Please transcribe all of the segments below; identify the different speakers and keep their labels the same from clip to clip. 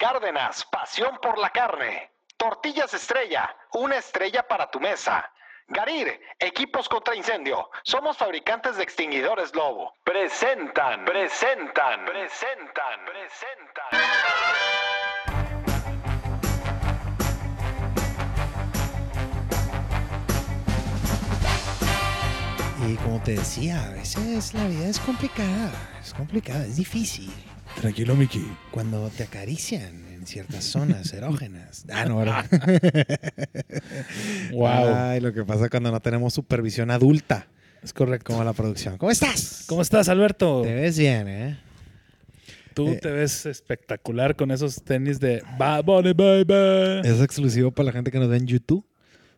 Speaker 1: Cárdenas, pasión por la carne. Tortillas estrella, una estrella para tu mesa. Garir, equipos contra incendio. Somos fabricantes de extinguidores Lobo. Presentan, presentan, presentan, presentan.
Speaker 2: Y como te decía, a veces la vida es complicada, es complicada, es difícil.
Speaker 3: Tranquilo, Miki.
Speaker 2: Cuando te acarician en ciertas zonas erógenas. Ah, no, ¿verdad?
Speaker 3: Wow.
Speaker 2: Ay, lo que pasa cuando no tenemos supervisión adulta,
Speaker 3: Es correcto.
Speaker 2: como la producción. ¿Cómo estás?
Speaker 3: ¿Cómo estás, Alberto?
Speaker 2: Te ves bien, ¿eh?
Speaker 3: Tú
Speaker 2: eh.
Speaker 3: te ves espectacular con esos tenis de Bad Bunny, baby.
Speaker 2: Es exclusivo para la gente que nos ve en YouTube.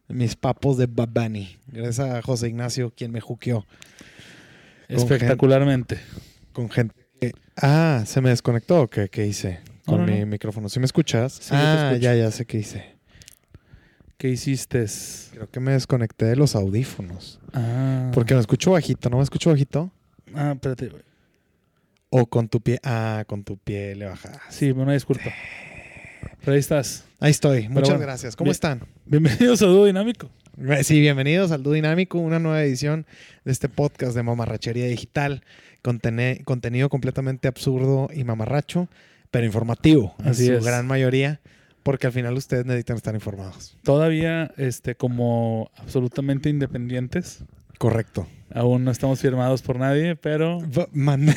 Speaker 2: Mis papos de Babani. Gracias a José Ignacio, quien me juqueó
Speaker 3: Espectacularmente.
Speaker 2: con gente. que- Ah, se me desconectó. o ¿Qué, qué hice?
Speaker 3: No,
Speaker 2: Con
Speaker 3: no,
Speaker 2: mi
Speaker 3: no.
Speaker 2: micrófono. ¿Sí me escuchas?
Speaker 3: Sí, yo te
Speaker 2: ah,
Speaker 3: escucho.
Speaker 2: ya, ya sé qué hice.
Speaker 3: ¿Qué hiciste?
Speaker 2: Creo que me desconecté de los audífonos.
Speaker 3: Ah.
Speaker 2: Porque me escucho bajito, ¿no me escucho bajito?
Speaker 3: Ah, espérate. güey.
Speaker 2: O con tu pie. Ah, con tu pie le bajas.
Speaker 3: Sí, una disculpa. Pero ahí estás.
Speaker 2: Ahí estoy. Muchas
Speaker 3: bueno,
Speaker 2: gracias. ¿Cómo
Speaker 3: bien.
Speaker 2: están?
Speaker 3: Bienvenidos a Dúo Dinámico.
Speaker 2: Eh, Sí, bienvenidos al Du Dinámico, una nueva edición de este podcast de mamarrachería digital. Contene- contenido completamente absurdo y mamarracho, pero informativo en
Speaker 3: Así
Speaker 2: su
Speaker 3: es.
Speaker 2: gran mayoría. Porque al final ustedes necesitan estar informados.
Speaker 3: Todavía, este, como absolutamente independientes.
Speaker 2: Correcto.
Speaker 3: Aún no estamos firmados por nadie, pero,
Speaker 2: V- manden-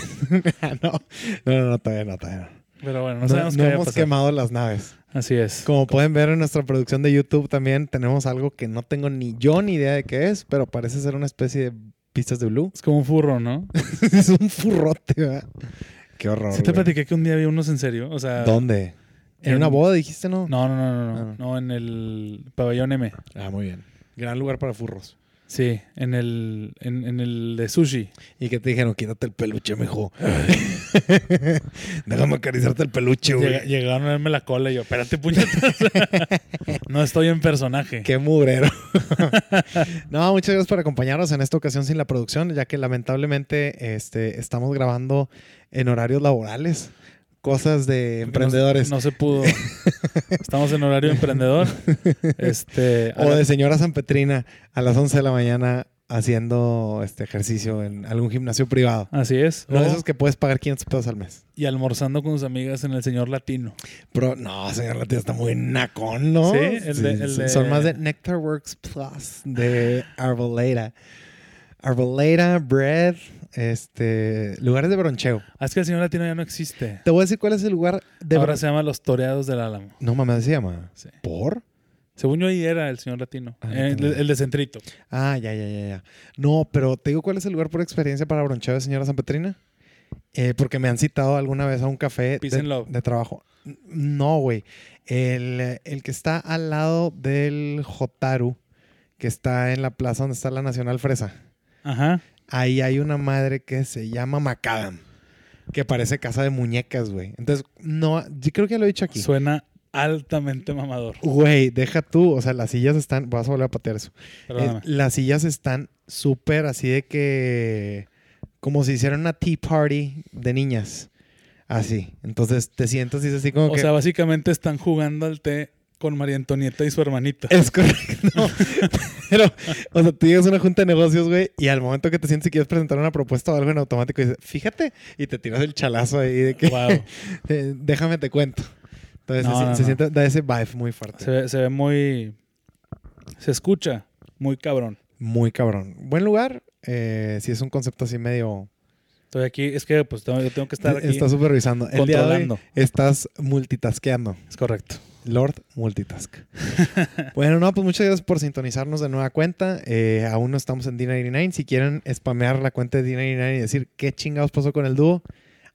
Speaker 2: no, no, no, no, todavía no, todavía no.
Speaker 3: pero bueno, no
Speaker 2: No- no
Speaker 3: sabemos qué va a
Speaker 2: hemos
Speaker 3: pasar.
Speaker 2: quemado las naves.
Speaker 3: Así es.
Speaker 2: Como pueden ver en nuestra producción de YouTube también tenemos algo que no tengo ni yo ni idea de qué es, pero parece ser una especie de pistas de blue.
Speaker 3: Es como un furro, ¿no?
Speaker 2: es un furrote, ¿verdad? Qué horror.
Speaker 3: Sí te
Speaker 2: güey.
Speaker 3: platiqué que un día vi unos en serio. O sea,
Speaker 2: ¿Dónde? ¿En una boda dijiste, no?
Speaker 3: No, no, no, no,
Speaker 2: Ah,
Speaker 3: no,
Speaker 2: no.
Speaker 3: No, en el pabellón M.
Speaker 2: Ah, muy bien. Gran lugar para furros.
Speaker 3: Sí, en el, en, en el de sushi.
Speaker 2: Y que te dijeron, quítate el peluche, mijo. Déjame acariciarte el peluche,
Speaker 3: Llega-
Speaker 2: güey.
Speaker 3: llegaron a verme la cola y yo, espérate, puñetas. no estoy en personaje.
Speaker 2: Qué mugrero. no, muchas gracias por acompañarnos en esta ocasión sin la producción, ya que lamentablemente este, estamos grabando en horarios laborales, cosas de
Speaker 3: Porque
Speaker 2: emprendedores
Speaker 3: No, se- no se pudo. Estamos en horario emprendedor. Este, a
Speaker 2: o
Speaker 3: la-
Speaker 2: de señora San Petrina a las 11 de la mañana haciendo este ejercicio en algún gimnasio privado.
Speaker 3: Así es.
Speaker 2: No,
Speaker 3: O-
Speaker 2: de esos que puedes pagar 500 pesos al mes.
Speaker 3: Y almorzando con sus amigas en el señor latino.
Speaker 2: Pero no, señor Latino está muy nacón, ¿no?
Speaker 3: Sí, el de- el de-
Speaker 2: Son más de Nectar Works Plus de Arboleda. Arboleda, Bread, este, lugares de broncheo.
Speaker 3: Ah, es que el señor latino ya no existe.
Speaker 2: Te voy a decir cuál es el lugar de
Speaker 3: Ahora
Speaker 2: bron-
Speaker 3: se llama Los Toreados del Álamo.
Speaker 2: No mames, así se llama.
Speaker 3: Sí.
Speaker 2: ¿Por?
Speaker 3: Según yo, ahí era el señor latino.
Speaker 2: Ah,
Speaker 3: Eh, el,
Speaker 2: también.
Speaker 3: el de Centrito.
Speaker 2: Ah, ya, ya, ya, ya. No, pero te digo cuál es el lugar por experiencia para broncheo de señora San Petrina. Eh, porque me han citado alguna vez a un café
Speaker 3: Peace
Speaker 2: de,
Speaker 3: and Love.
Speaker 2: de trabajo. N- No, güey. El, el que está al lado del Jotaru, que está en la plaza donde está la Nacional Fresa.
Speaker 3: Ajá.
Speaker 2: Ahí hay una madre que se llama Macadam, que parece casa de muñecas, güey. Entonces, no, yo creo que ya lo he dicho aquí.
Speaker 3: Suena altamente mamador.
Speaker 2: Güey, deja tú, o sea, las sillas están, vas a volver a patear eso.
Speaker 3: Perdóname.
Speaker 2: Eh, las sillas están súper así de que. Como si hicieran una tea party de niñas. Así. Entonces te sientas y es así como
Speaker 3: O
Speaker 2: que.
Speaker 3: sea, básicamente están jugando al té con María Antonieta y su hermanita.
Speaker 2: es correcto. Pero, o sea, tú llegas a una junta de negocios, güey, y al momento que te sientes y quieres presentar una propuesta o algo en automático, dices, fíjate, y te tiras el chalazo ahí de que,
Speaker 3: Wow.
Speaker 2: eh, déjame te cuento. Entonces
Speaker 3: No,
Speaker 2: se,
Speaker 3: no,
Speaker 2: se
Speaker 3: no.
Speaker 2: siente, da ese vibe muy fuerte.
Speaker 3: Se ve, se ve muy. Se escucha muy cabrón.
Speaker 2: Muy cabrón. Buen lugar, eh, si es un concepto así medio
Speaker 3: Estoy aquí, es que pues tengo- yo tengo que estar aquí.
Speaker 2: Estás supervisando. El día de hoy
Speaker 3: controlando.
Speaker 2: estás multitasqueando.
Speaker 3: Es correcto.
Speaker 2: Lord Multitask. bueno, no, pues muchas gracias por sintonizarnos de nueva cuenta. Eh, aún no estamos en D99. Si quieren spamear la cuenta de D99 y decir qué chingados pasó con el dúo,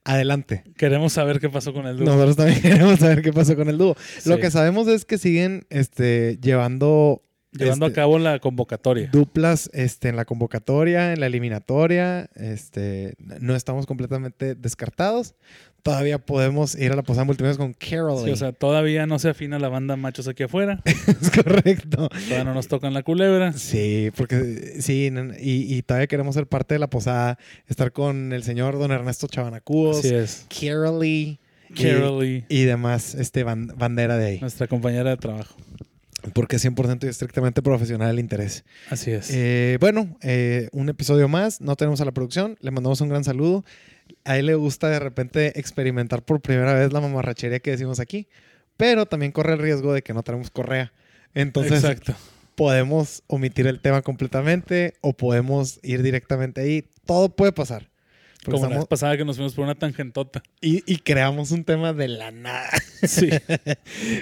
Speaker 2: adelante.
Speaker 3: Queremos saber qué pasó con el dúo.
Speaker 2: Nosotros también queremos saber qué pasó con el dúo.
Speaker 3: Sí.
Speaker 2: Lo que sabemos es que siguen este, llevando
Speaker 3: Llevando
Speaker 2: este,
Speaker 3: a cabo la convocatoria.
Speaker 2: duplas este, en la convocatoria, en la eliminatoria. Este, no estamos completamente descartados. Todavía podemos ir a la posada multimedia con Carol.
Speaker 3: Sí, o sea, todavía no se afina la banda machos aquí afuera.
Speaker 2: es correcto.
Speaker 3: Todavía no nos tocan la culebra.
Speaker 2: Sí, porque sí, nen- y, y todavía queremos ser parte de la posada, estar con el señor don Ernesto Chabanacubos,
Speaker 3: Así es.
Speaker 2: Carol Lee,
Speaker 3: Carol Lee,
Speaker 2: y demás este, ban- bandera de ahí.
Speaker 3: nuestra compañera de trabajo.
Speaker 2: Porque es 100% y estrictamente profesional el interés.
Speaker 3: Así es.
Speaker 2: Eh, bueno, eh, un episodio más. No tenemos a la producción. Le mandamos un gran saludo. A él le gusta de repente experimentar por primera vez la mamarrachería que decimos aquí, pero también corre el riesgo de que no tenemos correa. Entonces
Speaker 3: Exacto.
Speaker 2: podemos omitir el tema completamente o podemos ir directamente ahí. Todo puede pasar. Porque
Speaker 3: Como la
Speaker 2: estamos-
Speaker 3: vez pasada que nos fuimos por una tangentota.
Speaker 2: y, y creamos un tema de la nada.
Speaker 3: Sí.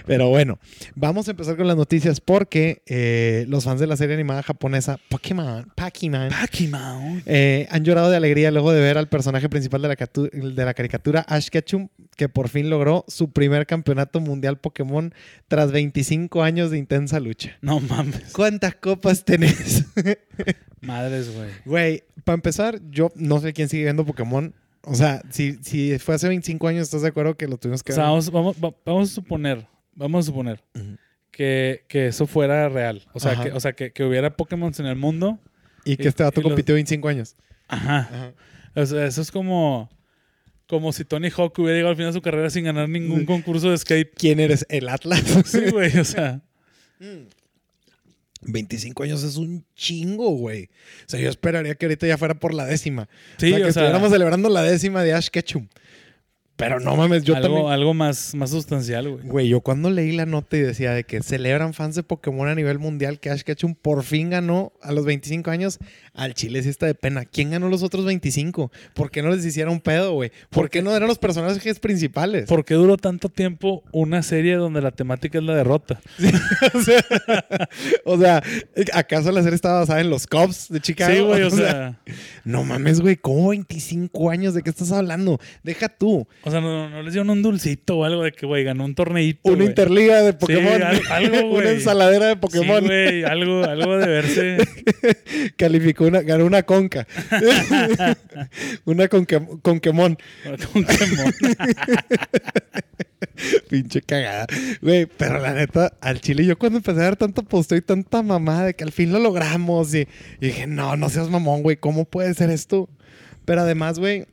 Speaker 2: Pero bueno, vamos a empezar con las noticias porque eh, los fans de la serie animada japonesa Pokémon, Pac-Man,
Speaker 3: Pac-Man.
Speaker 2: Eh, han llorado de alegría luego de ver al personaje principal de la, catu- de la caricatura, Ash Ketchum, que por fin logró su primer campeonato mundial Pokémon tras 25 años de intensa lucha.
Speaker 3: No mames.
Speaker 2: ¿Cuántas copas tenés?
Speaker 3: Madres, güey.
Speaker 2: Güey, para empezar, yo no sé quién sigue viendo Pokémon. O sea, si, si fue hace 25 años, ¿estás de acuerdo que lo tuvimos que
Speaker 3: O sea,
Speaker 2: ver?
Speaker 3: vamos, vamos, va- vamos a suponer, vamos a suponer
Speaker 2: Ujú.
Speaker 3: que, que eso fuera real. O sea,
Speaker 2: Ajá.
Speaker 3: que, o sea que, que hubiera Pokémon en el mundo.
Speaker 2: Y que este
Speaker 3: y-
Speaker 2: vato
Speaker 3: eh, y los-
Speaker 2: compitió 25 años.
Speaker 3: Ajá.
Speaker 2: Ajá.
Speaker 3: O sea, eso es como, como si Tony Hawk hubiera llegado al final de su carrera sin ganar ningún concurso de skate.
Speaker 2: ¿Quién eres? ¿El Atlas?
Speaker 3: Sí, güey. O sea,
Speaker 2: 25 años es un chingo, güey. O sea, yo esperaría que ahorita ya fuera por la décima.
Speaker 3: sí,
Speaker 2: o sea, que
Speaker 3: o sea,
Speaker 2: estuviéramos celebrando la décima de Ash Ketchum. Pero no mames, yo
Speaker 3: algo,
Speaker 2: también.
Speaker 3: algo más, más sustancial, güey.
Speaker 2: Güey, yo cuando leí la nota y decía de que celebran fans de Pokémon a nivel mundial que Ash Ketchum por fin ganó a los 25 años, al Chile sí está de pena. ¿Quién ganó los otros 25? ¿Por qué no les hicieron pedo, güey? ¿Por qué no eran los personajes principales?
Speaker 3: ¿Por qué duró tanto tiempo una serie donde la temática es la derrota?
Speaker 2: o, sea, o sea, ¿acaso la serie estaba basada en los Cubs de Chicago?
Speaker 3: Sí, güey, o sea,
Speaker 2: No mames, güey, ¿cómo 25 años? ¿De qué estás hablando? Deja tú.
Speaker 3: o sea, no, no les dieron un dulcito o algo de que, güey, ganó un torneito.
Speaker 2: Una
Speaker 3: güey.
Speaker 2: interliga de Pokémon.
Speaker 3: al- algo,
Speaker 2: una
Speaker 3: güey.
Speaker 2: ensaladera de
Speaker 3: Sí,
Speaker 2: Pokémon.
Speaker 3: güey, algo, algo de verse.
Speaker 2: Calificó una, ganó una conca. una conque, conquemón.
Speaker 3: Con quemón.
Speaker 2: Pinche cagada. Güey, pero la neta, al chile, yo cuando empecé a ver tanto posteo y tanta mamada de que al fin lo logramos. Y, y dije, no, no seas mamón, güey, ¿cómo puede ser esto? Pero además, güey,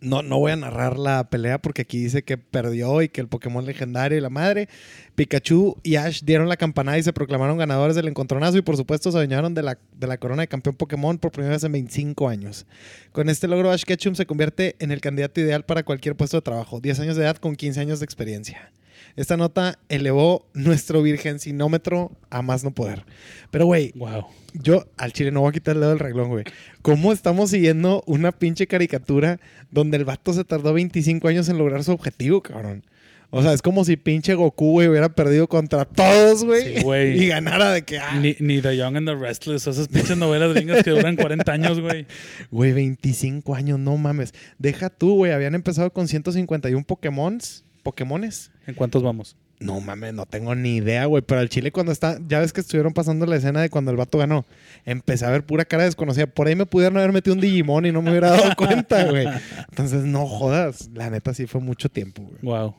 Speaker 2: no, no voy a narrar la pelea porque aquí dice que perdió y que el Pokémon legendario y la madre. Pikachu y Ash dieron la campanada y se proclamaron ganadores del encontronazo y por supuesto se adueñaron de la, de la corona de campeón Pokémon por primera vez en 25 años. Con este logro Ash Ketchum se convierte en el candidato ideal para cualquier puesto de trabajo, 10 años de edad con 15 años de experiencia. Esta nota elevó nuestro virgencinómetro a más no poder. Pero güey,
Speaker 3: wow.
Speaker 2: yo al chile no voy a quitar el dedo del reglón, güey. ¿Cómo estamos siguiendo una pinche caricatura donde el vato se tardó 25 años en lograr su objetivo, cabrón? O sea, es como si pinche Goku, güey, hubiera perdido contra todos, güey.
Speaker 3: Sí, güey.
Speaker 2: y ganara de que, ah,
Speaker 3: Ni, ni The Young and the Restless, esas pinches novelas gringas que duran 40 años, güey.
Speaker 2: güey, 25 años, no mames. Deja tú, güey, habían empezado con 151 Pokémons. Pokémones.
Speaker 3: ¿En cuántos vamos?
Speaker 2: No mames, no tengo ni idea, güey. Pero al Chile cuando está, ya ves que estuvieron pasando la escena de cuando el vato ganó. Empecé a ver pura cara desconocida. Por ahí me pudieron haber metido un Digimon y no me hubiera dado cuenta, güey. Entonces, no jodas. La neta sí fue mucho tiempo, güey.
Speaker 3: Wow.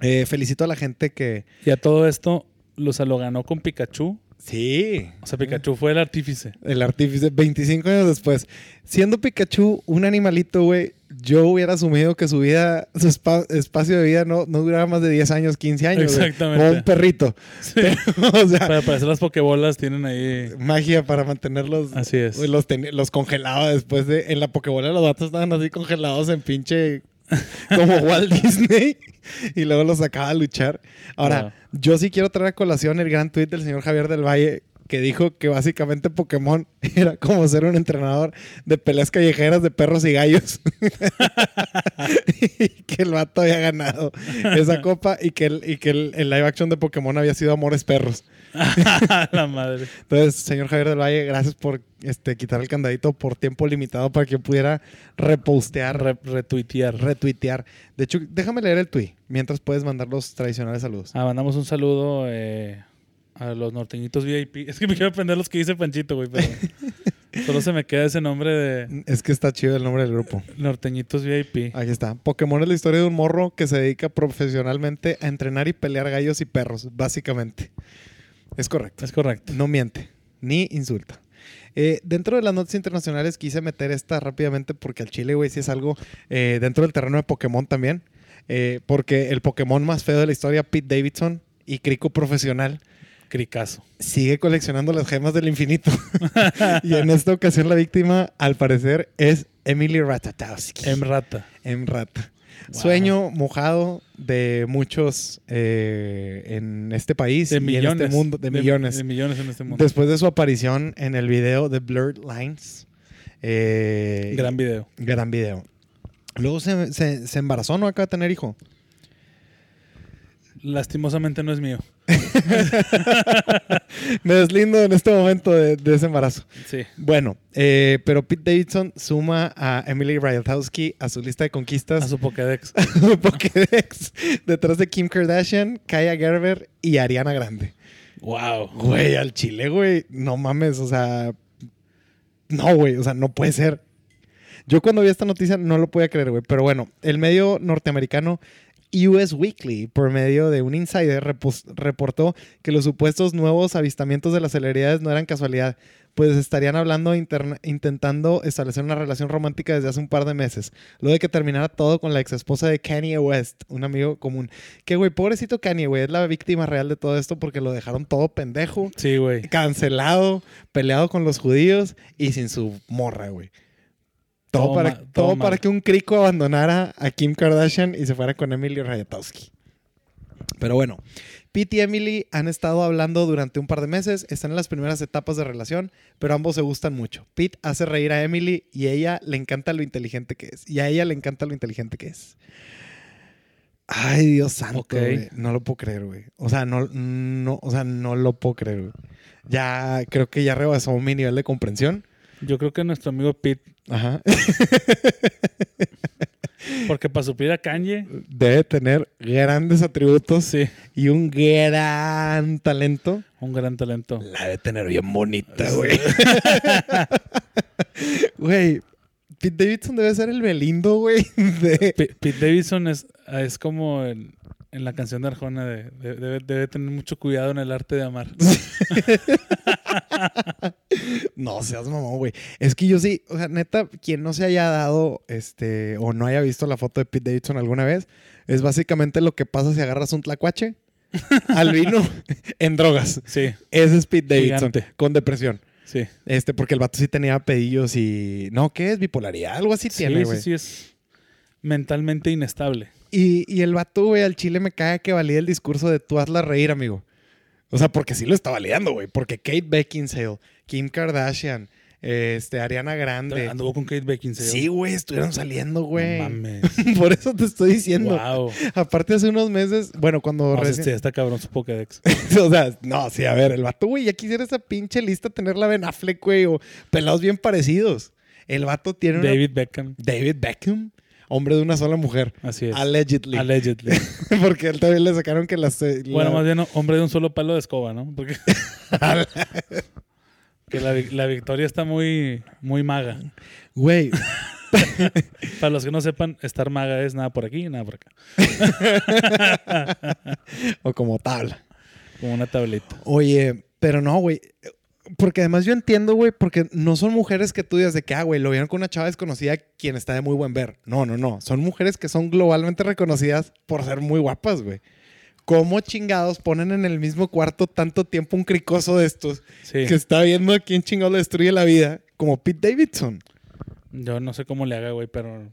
Speaker 2: Eh, felicito a la gente que.
Speaker 3: Y a todo esto, lo, o sea, lo ganó con Pikachu.
Speaker 2: Sí.
Speaker 3: O sea, Pikachu fue el artífice.
Speaker 2: El artífice, 25 años después. Siendo Pikachu un animalito, güey, yo hubiera asumido que su vida, su espa- espacio de vida no, no duraba más de 10 años, 15 años. güey.
Speaker 3: Exactamente.
Speaker 2: Como un perrito.
Speaker 3: Sí.
Speaker 2: o sea,
Speaker 3: Para parecer las Pokébolas tienen ahí.
Speaker 2: magia para mantenerlos
Speaker 3: Así es.
Speaker 2: Uy, los, teni- los congelaba después de. En la Pokébola los datos estaban así congelados en pinche. Como Walt Disney. Y luego los sacaba a luchar. Ahora,
Speaker 3: Wow.
Speaker 2: yo sí quiero traer a colación el gran tuit del señor Javier del Valle. Que dijo que básicamente Pokémon era como ser un entrenador de peleas callejeras de perros y gallos. y que el vato había ganado esa copa y que, el, y que el- el live action de Pokémon había sido Amores Perros.
Speaker 3: la madre.
Speaker 2: Entonces, señor Javier del Valle, gracias por este, quitar el candadito por tiempo limitado para que yo pudiera repostear,
Speaker 3: Re- retuitear.
Speaker 2: retuitear. De hecho, déjame leer el tweet mientras puedes mandar los tradicionales saludos.
Speaker 3: Ah, mandamos un saludo eh, a los norteñitos VIP. Es que me quiero aprender los que dice Panchito, güey, pero solo se me queda ese nombre de
Speaker 2: Es que está chido el nombre del grupo.
Speaker 3: norteñitos VIP.
Speaker 2: Aquí está. Pokémon es la historia de un morro que se dedica profesionalmente a entrenar y pelear gallos y perros, básicamente. Es correcto.
Speaker 3: Es correcto.
Speaker 2: No miente, ni insulta. Eh, dentro de las notas internacionales quise meter esta rápidamente porque al Chile, güey, sí es algo eh, dentro del terreno de Pokémon también. eh, porque el Pokémon más feo de la historia, Pete Davidson, y Crico profesional,
Speaker 3: Cricazo.
Speaker 2: sigue coleccionando las gemas del infinito. y en esta ocasión la víctima, al parecer, es Emily Ratatowski.
Speaker 3: En rata.
Speaker 2: Emrat.
Speaker 3: Em Wow.
Speaker 2: Sueño mojado de muchos eh, en este país
Speaker 3: De
Speaker 2: y
Speaker 3: millones.
Speaker 2: en este mundo, de millones.
Speaker 3: De, millones en este mundo.
Speaker 2: Después de su aparición en el video de Blurred Lines. eh,
Speaker 3: Gran video.
Speaker 2: gran video. Luego se, se- se embarazó, ¿no? Acaba de tener hijo.
Speaker 3: Lastimosamente no es mío.
Speaker 2: Me deslindo en este momento de, de ese embarazo.
Speaker 3: Sí.
Speaker 2: Bueno, eh, pero Pete Davidson suma a Emily Ratajkowski a su lista de conquistas.
Speaker 3: A su Pokédex.
Speaker 2: Pokédex detrás de Kim Kardashian, Kaya Gerber y Ariana Grande.
Speaker 3: wow.
Speaker 2: Güey, al chile, güey. No mames, o sea. No, güey, o sea, no puede ser. Yo cuando vi esta noticia no lo podía creer, güey. Pero bueno, el medio norteamericano US Weekly, por medio de un insider, repos- reportó que los supuestos nuevos avistamientos de las celebridades no eran casualidad, pues estarían hablando e interna- intentando establecer una relación romántica desde hace un par de meses. Lo de que terminara todo con la ex esposa de Kanye West, un amigo común. Que, güey, pobrecito Kanye, güey, es la víctima real de todo esto porque lo dejaron todo pendejo,
Speaker 3: Sí, güey.
Speaker 2: cancelado, peleado con los judíos y sin su morra, güey. Todo,
Speaker 3: Todo
Speaker 2: para,
Speaker 3: ma- todo
Speaker 2: todo para
Speaker 3: mal.
Speaker 2: que un crico abandonara a Kim Kardashian y se fuera con Emily Ratajkowski. Pero bueno, Pete y Emily han estado hablando durante un par de meses, están en las primeras etapas de relación, pero ambos se gustan mucho. Pete hace reír a Emily y ella le encanta lo inteligente que es. Y a ella le encanta lo inteligente que es. Ay, Dios santo,
Speaker 3: Ok.
Speaker 2: güey. No lo puedo creer, güey. O sea, no, no, o sea, no lo puedo creer, güey. Ya creo que ya rebasó mi nivel de comprensión.
Speaker 3: Yo creo que nuestro amigo Pete,
Speaker 2: Ajá.
Speaker 3: porque para suplir a Kanye,
Speaker 2: Debe tener grandes atributos
Speaker 3: sí,
Speaker 2: y un gran talento.
Speaker 3: un gran talento.
Speaker 2: La debe tener bien bonita, güey. Güey, Pete Davidson debe ser el Belindo, güey. de-
Speaker 3: Pe- Pete Davidson es, es como el- en la canción de Arjona de, de- debe, debe tener mucho cuidado en el arte de amar.
Speaker 2: No seas mamón, güey. Es que yo sí, o sea, neta, quien no se haya dado, este, o no haya visto la foto de Pete Davidson alguna vez, es básicamente lo que pasa si agarras un tlacuache al vino en drogas.
Speaker 3: Sí,
Speaker 2: Ese es Pete Davidson
Speaker 3: Gigante.
Speaker 2: con depresión.
Speaker 3: sí.
Speaker 2: Este, porque el vato sí tenía pedillos y. No, ¿qué es? Bipolaridad, algo así tiene,
Speaker 3: sí,
Speaker 2: güey.
Speaker 3: sí, sí, es mentalmente inestable.
Speaker 2: Y, y el vato, güey, al chile me cae que valide el discurso de tú hazla reír, amigo. O sea, porque sí lo está validando, güey. Porque Kate Beckinsale, Kim Kardashian, este, Ariana Grande.
Speaker 3: Anduvo con Kate Beckinsale.
Speaker 2: Sí, güey, estuvieron saliendo, güey.
Speaker 3: No mames.
Speaker 2: Por eso te estoy diciendo.
Speaker 3: Wow.
Speaker 2: Aparte, hace unos meses, bueno, cuando.
Speaker 3: O sea,
Speaker 2: recién-
Speaker 3: este, está cabrón su Pokédex.
Speaker 2: o sea, no, sí, a ver, el vato, güey, ya quisiera esa pinche lista tenerla Ben Affleck, güey, o pelados bien parecidos. El vato tiene una-
Speaker 3: David Beckham.
Speaker 2: David Beckham, hombre de una sola mujer.
Speaker 3: Así es.
Speaker 2: Allegedly.
Speaker 3: Allegedly.
Speaker 2: Porque él también le sacaron que las. eh,
Speaker 3: bueno,
Speaker 2: la-
Speaker 3: más bien hombre de un solo palo de escoba, ¿no? Porque que la, vi- la victoria está muy, muy maga.
Speaker 2: Güey,
Speaker 3: Para los que no sepan, estar maga es nada por aquí y nada por acá.
Speaker 2: o como tabla.
Speaker 3: Como una tableta.
Speaker 2: Oye, pero no, güey. Porque además yo entiendo, güey, porque no son mujeres que tú digas de que, ah, güey, lo vieron con una chava desconocida quien está de muy buen ver. No, no, no. Son mujeres que son globalmente reconocidas por ser muy guapas, güey. ¿Cómo chingados ponen en el mismo cuarto tanto tiempo un cricoso de estos
Speaker 3: Sí.
Speaker 2: que está viendo a quién chingado le destruye la vida? Como Pete Davidson.
Speaker 3: Yo no sé cómo le haga, güey, pero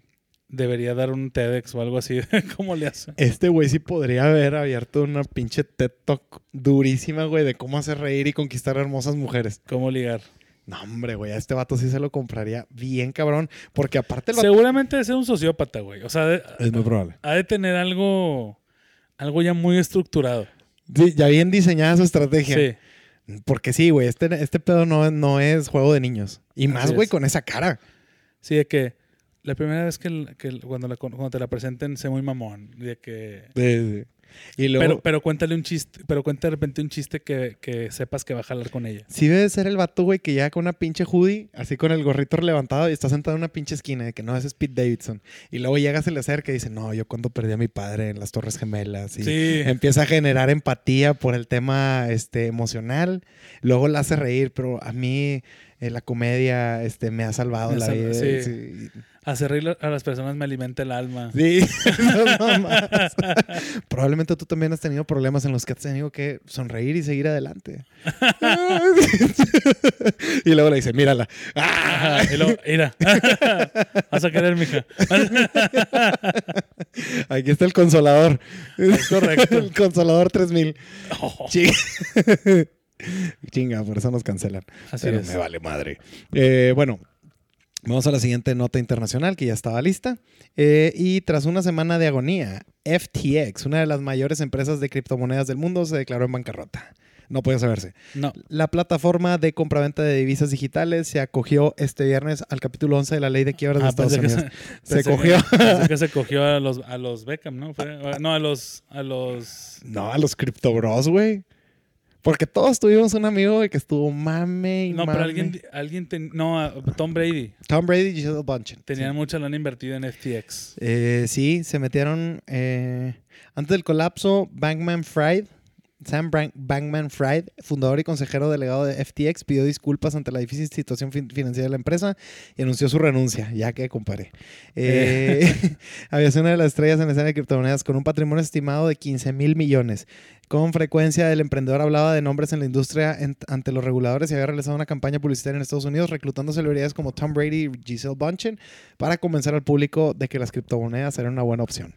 Speaker 3: debería dar un TEDx o algo así. ¿Cómo le hace?
Speaker 2: Este güey sí podría haber abierto una pinche TED Talk durísima, güey, de cómo hacer reír y conquistar a hermosas mujeres.
Speaker 3: ¿Cómo ligar?
Speaker 2: No, hombre, güey, a este vato sí se lo compraría bien cabrón, porque aparte el vato...
Speaker 3: Seguramente es un sociópata, güey. O sea, de-
Speaker 2: Es muy probable.
Speaker 3: ha de tener algo, algo ya muy estructurado.
Speaker 2: Sí, ya bien diseñada su estrategia.
Speaker 3: Sí.
Speaker 2: Porque sí, güey, este, este pedo no, no es juego de niños. Y más,
Speaker 3: Así
Speaker 2: güey,
Speaker 3: es.
Speaker 2: con esa cara.
Speaker 3: Sí, de que la primera vez que, l- que l- cuando, la con- cuando te la presenten, sé muy mamón. De que...
Speaker 2: Y luego...
Speaker 3: Pero, pero cuéntale un chiste, pero cuenta de repente un chiste que, que sepas que va a jalar con ella.
Speaker 2: Sí debe ser el vato, güey, que llega con una pinche hoodie, así con el gorrito levantado y está sentado en una pinche esquina de que no, ese es Pete Davidson. Y luego llega, se le acerca y dice, no, yo cuando perdí a mi padre en las Torres Gemelas. Y
Speaker 3: Sí.
Speaker 2: Empieza a generar empatía por el tema este, emocional. Luego la hace reír, pero a mí eh, la comedia este, me ha salvado
Speaker 3: Me
Speaker 2: la
Speaker 3: salva-
Speaker 2: vida.
Speaker 3: sí.
Speaker 2: Sí.
Speaker 3: Hacer reír a las personas me alimenta el alma.
Speaker 2: Sí, no mamás. Probablemente tú también has tenido problemas en los que has tenido que sonreír y seguir adelante. y luego le dice, mírala.
Speaker 3: Ajá, y luego, mira. Vas a querer, mija.
Speaker 2: Aquí está el consolador.
Speaker 3: Es correcto.
Speaker 2: el consolador 3000.
Speaker 3: Oh,
Speaker 2: Chi- Chinga, por eso nos cancelan.
Speaker 3: así
Speaker 2: pero
Speaker 3: es.
Speaker 2: me vale madre. Eh, bueno, vamos a la siguiente nota internacional que ya estaba lista. Eh, y tras una semana de agonía, FTX, una de las mayores empresas de criptomonedas del mundo, se declaró en bancarrota. No puede saberse.
Speaker 3: No.
Speaker 2: La plataforma de compraventa de divisas digitales se acogió este viernes al capítulo 11 de la ley de quiebras de
Speaker 3: Ah,
Speaker 2: Estados
Speaker 3: pensé que
Speaker 2: Unidos.
Speaker 3: se,
Speaker 2: Se
Speaker 3: pensé
Speaker 2: cogió.
Speaker 3: Que, pensé que se cogió a los, a los Beckham, ¿no? Fue- no, a los. A los
Speaker 2: No, a los Crypto Bros, güey. Porque todos tuvimos un amigo güey, que estuvo mame y
Speaker 3: no, pero
Speaker 2: mame.
Speaker 3: alguien. alguien ten- no, a Tom Brady.
Speaker 2: Tom Brady y Giselle Bundchen.
Speaker 3: Tenían mucha lana invertida en FTX.
Speaker 2: Eh, sí, se metieron eh, antes del colapso. Bankman Fried, Sam Bran- Bankman Fried, fundador y consejero delegado de FTX, pidió disculpas ante la difícil situación fin- financiera de la empresa y anunció su renuncia. Ya que comparé. Eh, había sido una de las estrellas en la escena de criptomonedas con un patrimonio estimado de 15 mil millones. Con frecuencia, el emprendedor hablaba de nombres en la industria en- ante los reguladores y había realizado una campaña publicitaria en Estados Unidos reclutando celebridades como Tom Brady y Giselle Bunchen para convencer al público de que las criptomonedas eran una buena opción.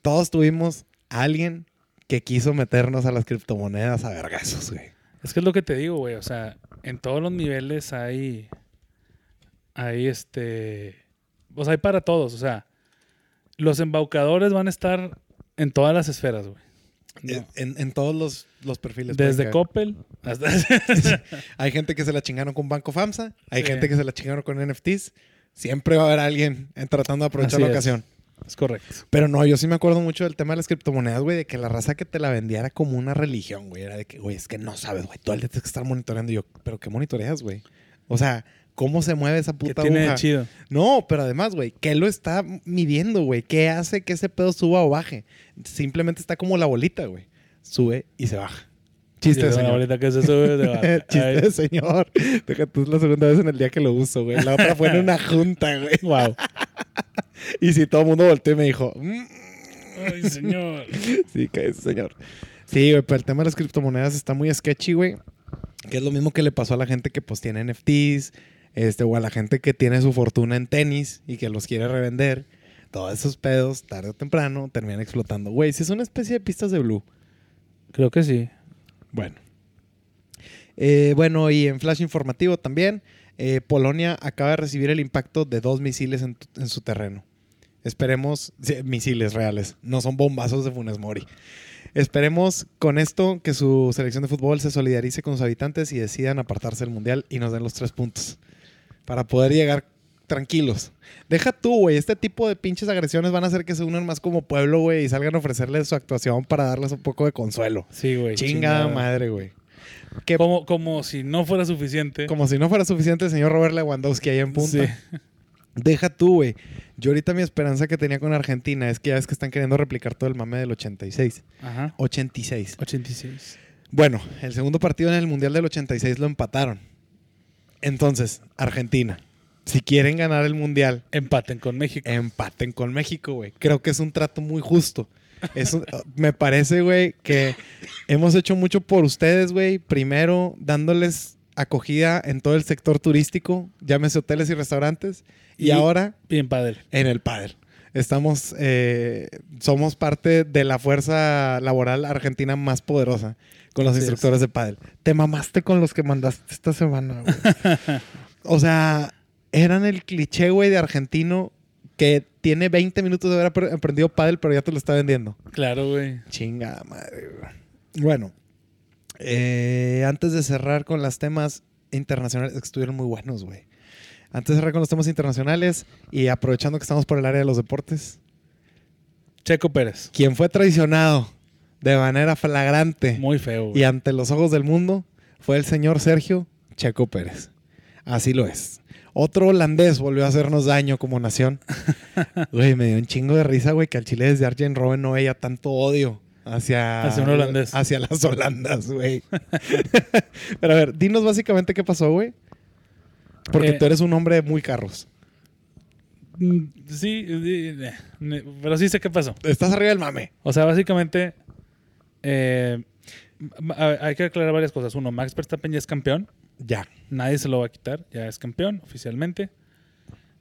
Speaker 2: Todos tuvimos a alguien que quiso meternos a las criptomonedas a vergazos, güey.
Speaker 3: Es que es lo que te digo, güey. O sea, en todos los niveles hay. Hay este. O sea, hay para todos. O sea, los embaucadores van a estar en todas las esferas, güey. No.
Speaker 2: En- En, en todos los, los perfiles. pueden
Speaker 3: Desde
Speaker 2: caer.
Speaker 3: Coppel hasta.
Speaker 2: Hay gente que se la chingaron con Banco FAMSA, hay
Speaker 3: Sí.
Speaker 2: gente que se la chingaron con NFTs. Siempre va a haber alguien eh, tratando de aprovechar
Speaker 3: Así
Speaker 2: la
Speaker 3: es.
Speaker 2: ocasión.
Speaker 3: es correcto.
Speaker 2: Pero no, yo sí me acuerdo mucho del tema de las criptomonedas, güey, de que la raza que te la vendía era como una religión, güey. Era de que, güey, es que no sabes, güey, tú al día tienes que estar monitoreando. Y yo, ¿pero qué monitoreas, güey? O sea, ¿cómo se mueve esa
Speaker 3: Que
Speaker 2: puta
Speaker 3: tiene de
Speaker 2: aguja?
Speaker 3: chido.
Speaker 2: No, pero además, güey, ¿qué lo está midiendo, güey? ¿Qué hace que ese pedo suba o baje? Simplemente está como la bolita, güey. Sube y se baja. Chiste de
Speaker 3: Dice, "Bueno,
Speaker 2: señor.
Speaker 3: ahorita que se sube, se va".
Speaker 2: Chiste
Speaker 3: Ay,
Speaker 2: de señor. Deja tú es la segunda vez en el día que lo uso, güey. La otra fue en una junta, güey.
Speaker 3: Wow.
Speaker 2: Y si todo el mundo volteó y me dijo, "Mm,
Speaker 3: Ay, señor.
Speaker 2: Sí, que ese señor. Sí, güey, pero el tema de las criptomonedas está muy sketchy, güey. Que es lo mismo que le pasó a la gente que pues tiene NFTs, este, o a la gente que tiene su fortuna en tenis y que los quiere revender. Todos esos pedos, tarde o temprano, terminan explotando. Güey, si es una especie de pistas de blue.
Speaker 3: Creo que sí.
Speaker 2: Bueno. Eh, bueno, y en flash informativo también, eh, Polonia acaba de recibir el impacto de dos misiles en, tu- en su terreno. Esperemos, sí, misiles reales, no son bombazos de Funes Mori. Esperemos con esto que su selección de fútbol se solidarice con sus habitantes y decidan apartarse del Mundial y nos den los tres puntos para poder llegar tranquilos. Deja tú, güey, este tipo de pinches agresiones van a hacer que se unan más como pueblo, güey, y salgan a ofrecerles su actuación para darles un poco de consuelo.
Speaker 3: Sí, güey.
Speaker 2: Chingada madre, güey. Que como,
Speaker 3: Como, como si no fuera suficiente.
Speaker 2: si no fuera suficiente el señor Robert Lewandowski ahí en punta.
Speaker 3: Sí.
Speaker 2: Deja tú, güey. Yo ahorita mi esperanza que tenía con Argentina es que ya ves que están queriendo replicar todo el mame del 86.
Speaker 3: Ajá.
Speaker 2: 86.
Speaker 3: 86.
Speaker 2: Bueno, el segundo partido en el Mundial del 86 lo empataron. Entonces, Argentina, si quieren ganar el Mundial,
Speaker 3: Empaten con México.
Speaker 2: empaten con México, güey. Creo que es un trato muy justo. Es un- me parece, güey, que hemos hecho mucho por ustedes, güey. Primero, dándoles acogida en todo el sector turístico, llámese hoteles y restaurantes. Y,
Speaker 3: Y-
Speaker 2: ahora
Speaker 3: Bien, padre.
Speaker 2: en el pádel. Estamos, eh, somos parte de la fuerza laboral argentina más poderosa con los
Speaker 3: Así es.
Speaker 2: instructores de pádel. Te mamaste con los que mandaste esta semana, güey. o sea, eran el cliché, güey, de argentino que tiene 20 minutos de haber apre- aprendido pádel, pero ya te lo está vendiendo.
Speaker 3: Claro, güey.
Speaker 2: Chingada madre. güey. Bueno, eh, antes de cerrar con los temas internacionales, que estuvieron muy buenos, güey. Antes de cerrar con los temas internacionales y aprovechando que estamos por el área de los deportes,
Speaker 3: Checo Pérez.
Speaker 2: quien fue traicionado de manera flagrante
Speaker 3: Muy feo,
Speaker 2: y
Speaker 3: güey.
Speaker 2: ante los ojos del mundo fue el señor Sergio Checo Pérez. Así lo es. Otro holandés volvió a hacernos daño como nación. Güey, me dio un chingo de risa, güey, que al Chile desde Arjen Robben no veía tanto odio hacia...
Speaker 3: Hacia un holandés.
Speaker 2: Hacia las holandas, güey. Pero a ver, dinos básicamente qué pasó, güey. Porque
Speaker 3: Eh,
Speaker 2: tú eres un hombre muy carros.
Speaker 3: mm, sí, sí, eh, ne- pero sí sé qué pasó.
Speaker 2: Estás arriba del mame.
Speaker 3: O sea, básicamente, eh, m- a- hay que aclarar varias cosas. Uno, Max Verstappen ya es campeón.
Speaker 2: Ya.
Speaker 3: Nadie se lo va a quitar. Ya es campeón oficialmente.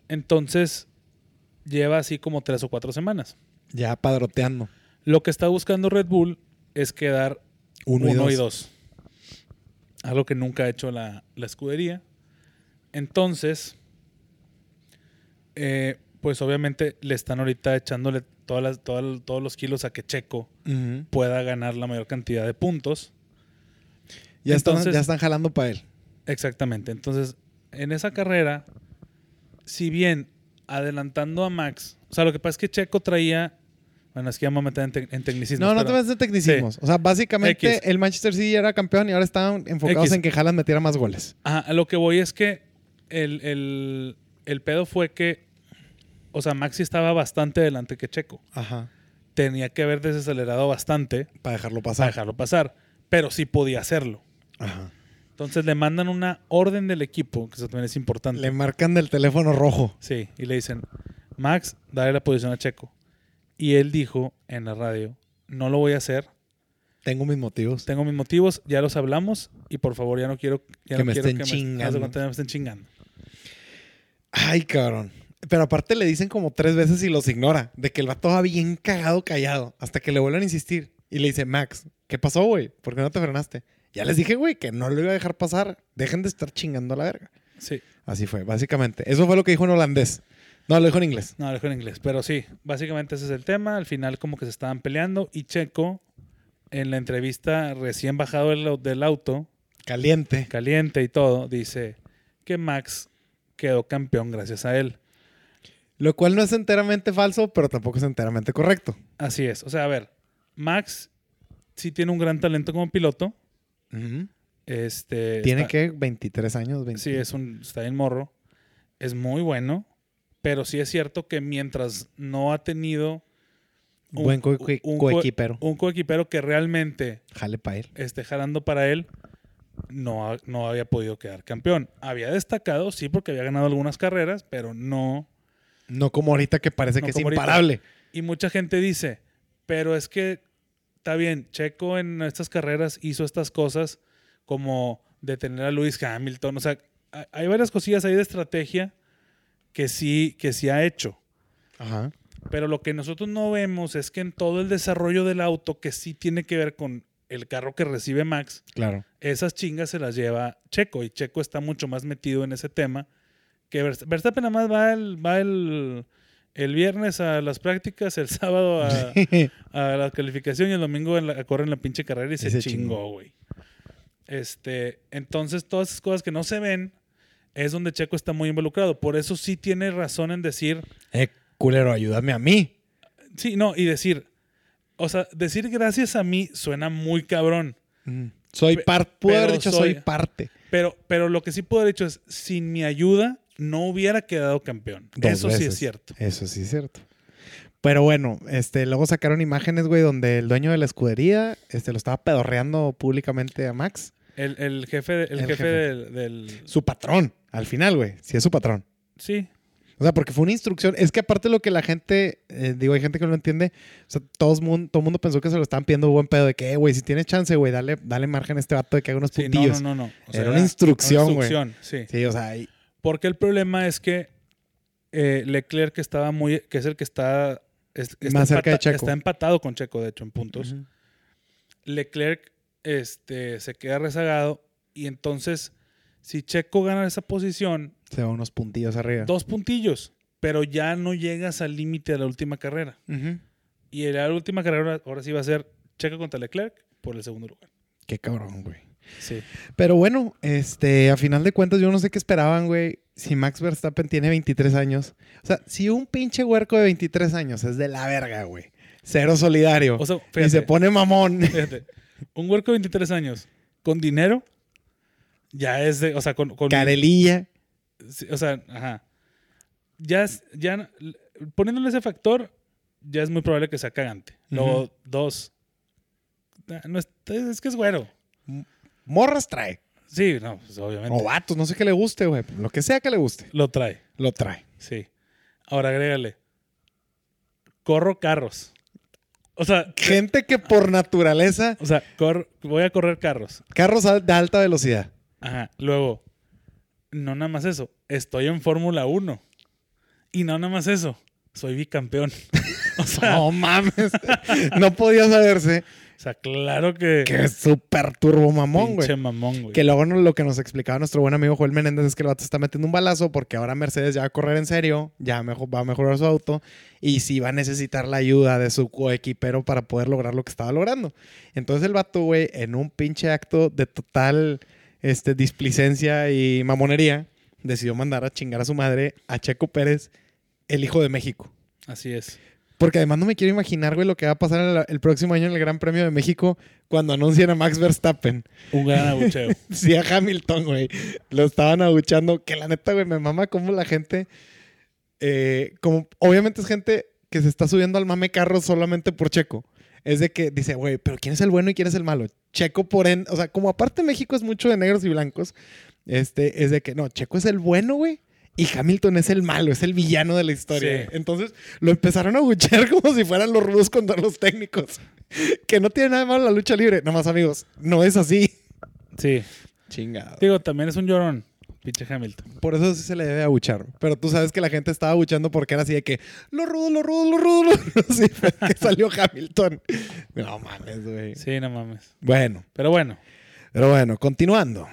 Speaker 3: Entonces, lleva así como tres o cuatro semanas.
Speaker 2: Ya padroteando.
Speaker 3: Lo que está buscando Red Bull es quedar
Speaker 2: Uno, y dos.
Speaker 3: Algo que nunca ha hecho la, la escudería. Entonces, eh, pues obviamente le están ahorita echándole todas las- todas- todos los kilos a que Checo
Speaker 2: Ujú.
Speaker 3: pueda ganar la mayor cantidad de puntos.
Speaker 2: ya, están,
Speaker 3: Entonces-
Speaker 2: ya están jalando para él.
Speaker 3: Exactamente. Entonces, en esa carrera, si bien adelantando a Max, o sea, lo que pasa es que Checo traía. Bueno, es que ya me voy a meter en, tec- en tecnicismos,
Speaker 2: No, no te
Speaker 3: pero-
Speaker 2: metas en tecnicismos. O sea, básicamente
Speaker 3: X.
Speaker 2: el Manchester City era campeón y ahora están enfocados
Speaker 3: X.
Speaker 2: en que Haaland metiera más goles.
Speaker 3: Ajá, a lo que voy es que el, el- el pedo fue que, o sea, Maxi estaba bastante delante que Checo.
Speaker 2: Ajá.
Speaker 3: Tenía que haber desacelerado bastante
Speaker 2: Para dejarlo
Speaker 3: para
Speaker 2: pasar.
Speaker 3: dejarlo pasar, pero sí podía hacerlo.
Speaker 2: Ajá.
Speaker 3: Entonces le mandan una orden del equipo, que eso también es importante.
Speaker 2: Le marcan del teléfono rojo.
Speaker 3: Sí, y le dicen, Max, dale la posición a Checo. Y él dijo en la radio, no lo voy a hacer,
Speaker 2: Tengo mis motivos.
Speaker 3: tengo mis motivos, ya los hablamos y por favor ya no quiero, ya
Speaker 2: Que
Speaker 3: no
Speaker 2: me
Speaker 3: quiero
Speaker 2: estén
Speaker 3: haz de
Speaker 2: chingando.
Speaker 3: cuenta, me estén chingando.
Speaker 2: Ay, cabrón. Pero aparte le dicen como tres veces y los ignora. De que el vato va bien cagado, callado. Hasta que le vuelven a insistir. Y le dice, Max, ¿qué pasó, güey? ¿Por qué no te frenaste? Ya les dije, güey, que no lo iba a dejar pasar. Dejen de estar chingando a la verga.
Speaker 3: Sí.
Speaker 2: Así fue, básicamente. Eso fue lo que dijo en holandés. No, lo dijo en inglés.
Speaker 3: No, lo dijo en inglés. Pero sí, básicamente ese es el tema. Al final como que se estaban peleando y Checo, en la entrevista recién bajado del, au- del auto,
Speaker 2: Caliente.
Speaker 3: caliente y todo, dice que Max quedó campeón gracias a él.
Speaker 2: Lo cual no es enteramente falso, pero tampoco es enteramente correcto.
Speaker 3: Así es. O sea, a ver, Max sí tiene un gran talento como piloto. Este,
Speaker 2: Tiene
Speaker 3: está-
Speaker 2: que 23 años, 20.
Speaker 3: Sí, es un, está bien morro. Es muy bueno. Pero sí es cierto que mientras no ha tenido un-
Speaker 2: Buen co- co-
Speaker 3: un co-
Speaker 2: coequipero.
Speaker 3: un coequipero que realmente
Speaker 2: Jale pa' él.
Speaker 3: este, jalando para él, no, ha- no había podido quedar campeón. Había destacado, sí, porque había ganado algunas carreras, pero no.
Speaker 2: No como ahorita que parece
Speaker 3: No
Speaker 2: que es
Speaker 3: como ahorita.
Speaker 2: imparable.
Speaker 3: Y mucha gente dice, pero es que está bien, Checo en estas carreras hizo estas cosas como detener a Lewis Hamilton. O sea, ha- hay varias cosillas ahí de estrategia que sí, que sí ha hecho.
Speaker 2: Ajá.
Speaker 3: Pero lo que nosotros no vemos es que en todo el desarrollo del auto, que sí tiene que ver con el carro que recibe Max,
Speaker 2: Claro.
Speaker 3: esas chingas se las lleva Checo y Checo está mucho más metido en ese tema que Verst- Verstappen nada más va el, va el, el viernes a las prácticas, el sábado a,
Speaker 2: Eh,
Speaker 3: a la calificación y el domingo en la- corren la pinche carrera y se,
Speaker 2: Y se
Speaker 3: chingó,
Speaker 2: chingó.
Speaker 3: güey. Este, entonces todas esas cosas que no se ven es donde Checo está muy involucrado. Por eso sí tiene razón en decir,
Speaker 2: Eh, culero, ayúdame a mí.
Speaker 3: sí, no, y decir, o sea, decir gracias a mí suena muy cabrón.
Speaker 2: Soy
Speaker 3: Mm. Pe-
Speaker 2: parte. Puedo haber
Speaker 3: pero
Speaker 2: dicho
Speaker 3: soy-
Speaker 2: soy parte.
Speaker 3: Pero, pero lo que sí puedo haber hecho es, sin mi ayuda, no hubiera quedado campeón.
Speaker 2: Dos
Speaker 3: Eso sí
Speaker 2: veces.
Speaker 3: es cierto.
Speaker 2: Eso sí es cierto. Pero bueno, este, luego sacaron imágenes, güey, donde el dueño de la escudería este, lo estaba pedorreando públicamente a Max.
Speaker 3: El, el jefe, de- el
Speaker 2: El
Speaker 3: jefe,
Speaker 2: jefe.
Speaker 3: del, del-
Speaker 2: Su patrón, al final, güey. Sí, es su patrón.
Speaker 3: Sí,
Speaker 2: O sea, porque fue una instrucción. Es que aparte lo que la gente, eh, digo, hay gente que no lo entiende. O sea, todos mun- todo el mundo pensó que se lo estaban pidiendo buen pedo de que, eh, güey, si tienes chance, güey, dale, dale margen a este vato de que haga unos
Speaker 3: sí, no,
Speaker 2: puntillos.
Speaker 3: no, no. no. O
Speaker 2: Era una instrucción, güey.
Speaker 3: sí.
Speaker 2: Sí, o sea, y-
Speaker 3: Porque el problema es que eh, Leclerc, que estaba muy, que es el que está, es- está
Speaker 2: Más cerca de Checo.
Speaker 3: está empatado con Checo, de hecho, en puntos. Leclerc este, se queda rezagado. Y entonces, si Checo gana esa posición,
Speaker 2: se va unos puntillos arriba.
Speaker 3: dos puntillos, pero ya no llegas al límite de la última carrera.
Speaker 2: Ujú.
Speaker 3: Y en la última carrera ahora sí va a ser Checo contra Leclerc por el segundo lugar.
Speaker 2: Qué cabrón, güey.
Speaker 3: Sí.
Speaker 2: Pero bueno, este, a final de cuentas, yo no sé qué esperaban, güey. Si Max Verstappen tiene 23 años. O sea, si un pinche huerco de 23 años es de la verga, güey. Cero solidario.
Speaker 3: O sea,
Speaker 2: y se
Speaker 3: fíjate,
Speaker 2: pone mamón.
Speaker 3: fíjate, un huerco de 23 años con dinero ya es de, o sea, con, con
Speaker 2: Carelilla.
Speaker 3: sí, o sea, ajá. Ya es- ya no- l- poniéndole ese factor ya es muy probable que sea cagante. Luego
Speaker 2: Ujú.
Speaker 3: dos ah, no es, es que es güero.
Speaker 2: Morras trae.
Speaker 3: Sí, no, pues, obviamente
Speaker 2: O vatos, no sé qué le guste, güey. Lo que sea que le guste,
Speaker 3: lo trae.
Speaker 2: lo trae.
Speaker 3: Sí. Ahora agrégale. Corro carros. O sea,
Speaker 2: Gente que por naturaleza,
Speaker 3: o sea, cor- voy a correr carros.
Speaker 2: carros al- de alta velocidad.
Speaker 3: Ajá. Luego, no nada más eso. Estoy en Fórmula 1. Y no nada más eso. Soy bicampeón. O sea,
Speaker 2: No mames. no podía saberse
Speaker 3: o sea, claro que.
Speaker 2: que es súper turbo mamón, güey.
Speaker 3: pinche mamón, güey.
Speaker 2: Que luego no- lo que nos explicaba nuestro buen amigo Joel Menéndez es que el vato está metiendo un balazo porque ahora Mercedes ya va a correr en serio, ya mejo- va a mejorar su auto y sí va a necesitar la ayuda de su coequipero para poder lograr lo que estaba logrando. Entonces el vato, güey, en un pinche acto de total este, displicencia y mamonería, decidió mandar a chingar a su madre a Checo Pérez, el hijo de México.
Speaker 3: Así es.
Speaker 2: Porque además no me quiero imaginar, güey, lo que va a pasar el, el próximo año en el Gran Premio de México cuando anuncien a Max Verstappen.
Speaker 3: Un gran abucheo.
Speaker 2: Sí, a Hamilton, güey. Lo estaban abuchando. Que la neta, güey, me mama cómo la gente. eh, como, obviamente es gente que se está subiendo al mame carro solamente por Checo. Es de que dice, güey, pero ¿quién es el bueno y quién es el malo? Checo por en. O sea, como aparte México es mucho de negros y blancos, este, es de que no, Checo es el bueno, güey. Y Hamilton es el malo, es el villano de la historia.
Speaker 3: Sí.
Speaker 2: Entonces lo empezaron a abuchear como si fueran los rudos contra los técnicos. Que no tiene nada de malo la lucha libre. Nada más, amigos, no es así.
Speaker 3: Sí.
Speaker 2: Chingado.
Speaker 3: Digo, también es un llorón. Pinche Hamilton.
Speaker 2: Por eso sí se le debe abuchar. Pero tú sabes que la gente estaba abuchando porque era así de que lo rudo, lo rudo, lo rudo, lo rudo. Sí, fue que salió Hamilton. No mames, güey.
Speaker 3: Sí, no mames.
Speaker 2: Bueno,
Speaker 3: Pero bueno.
Speaker 2: pero bueno, continuando.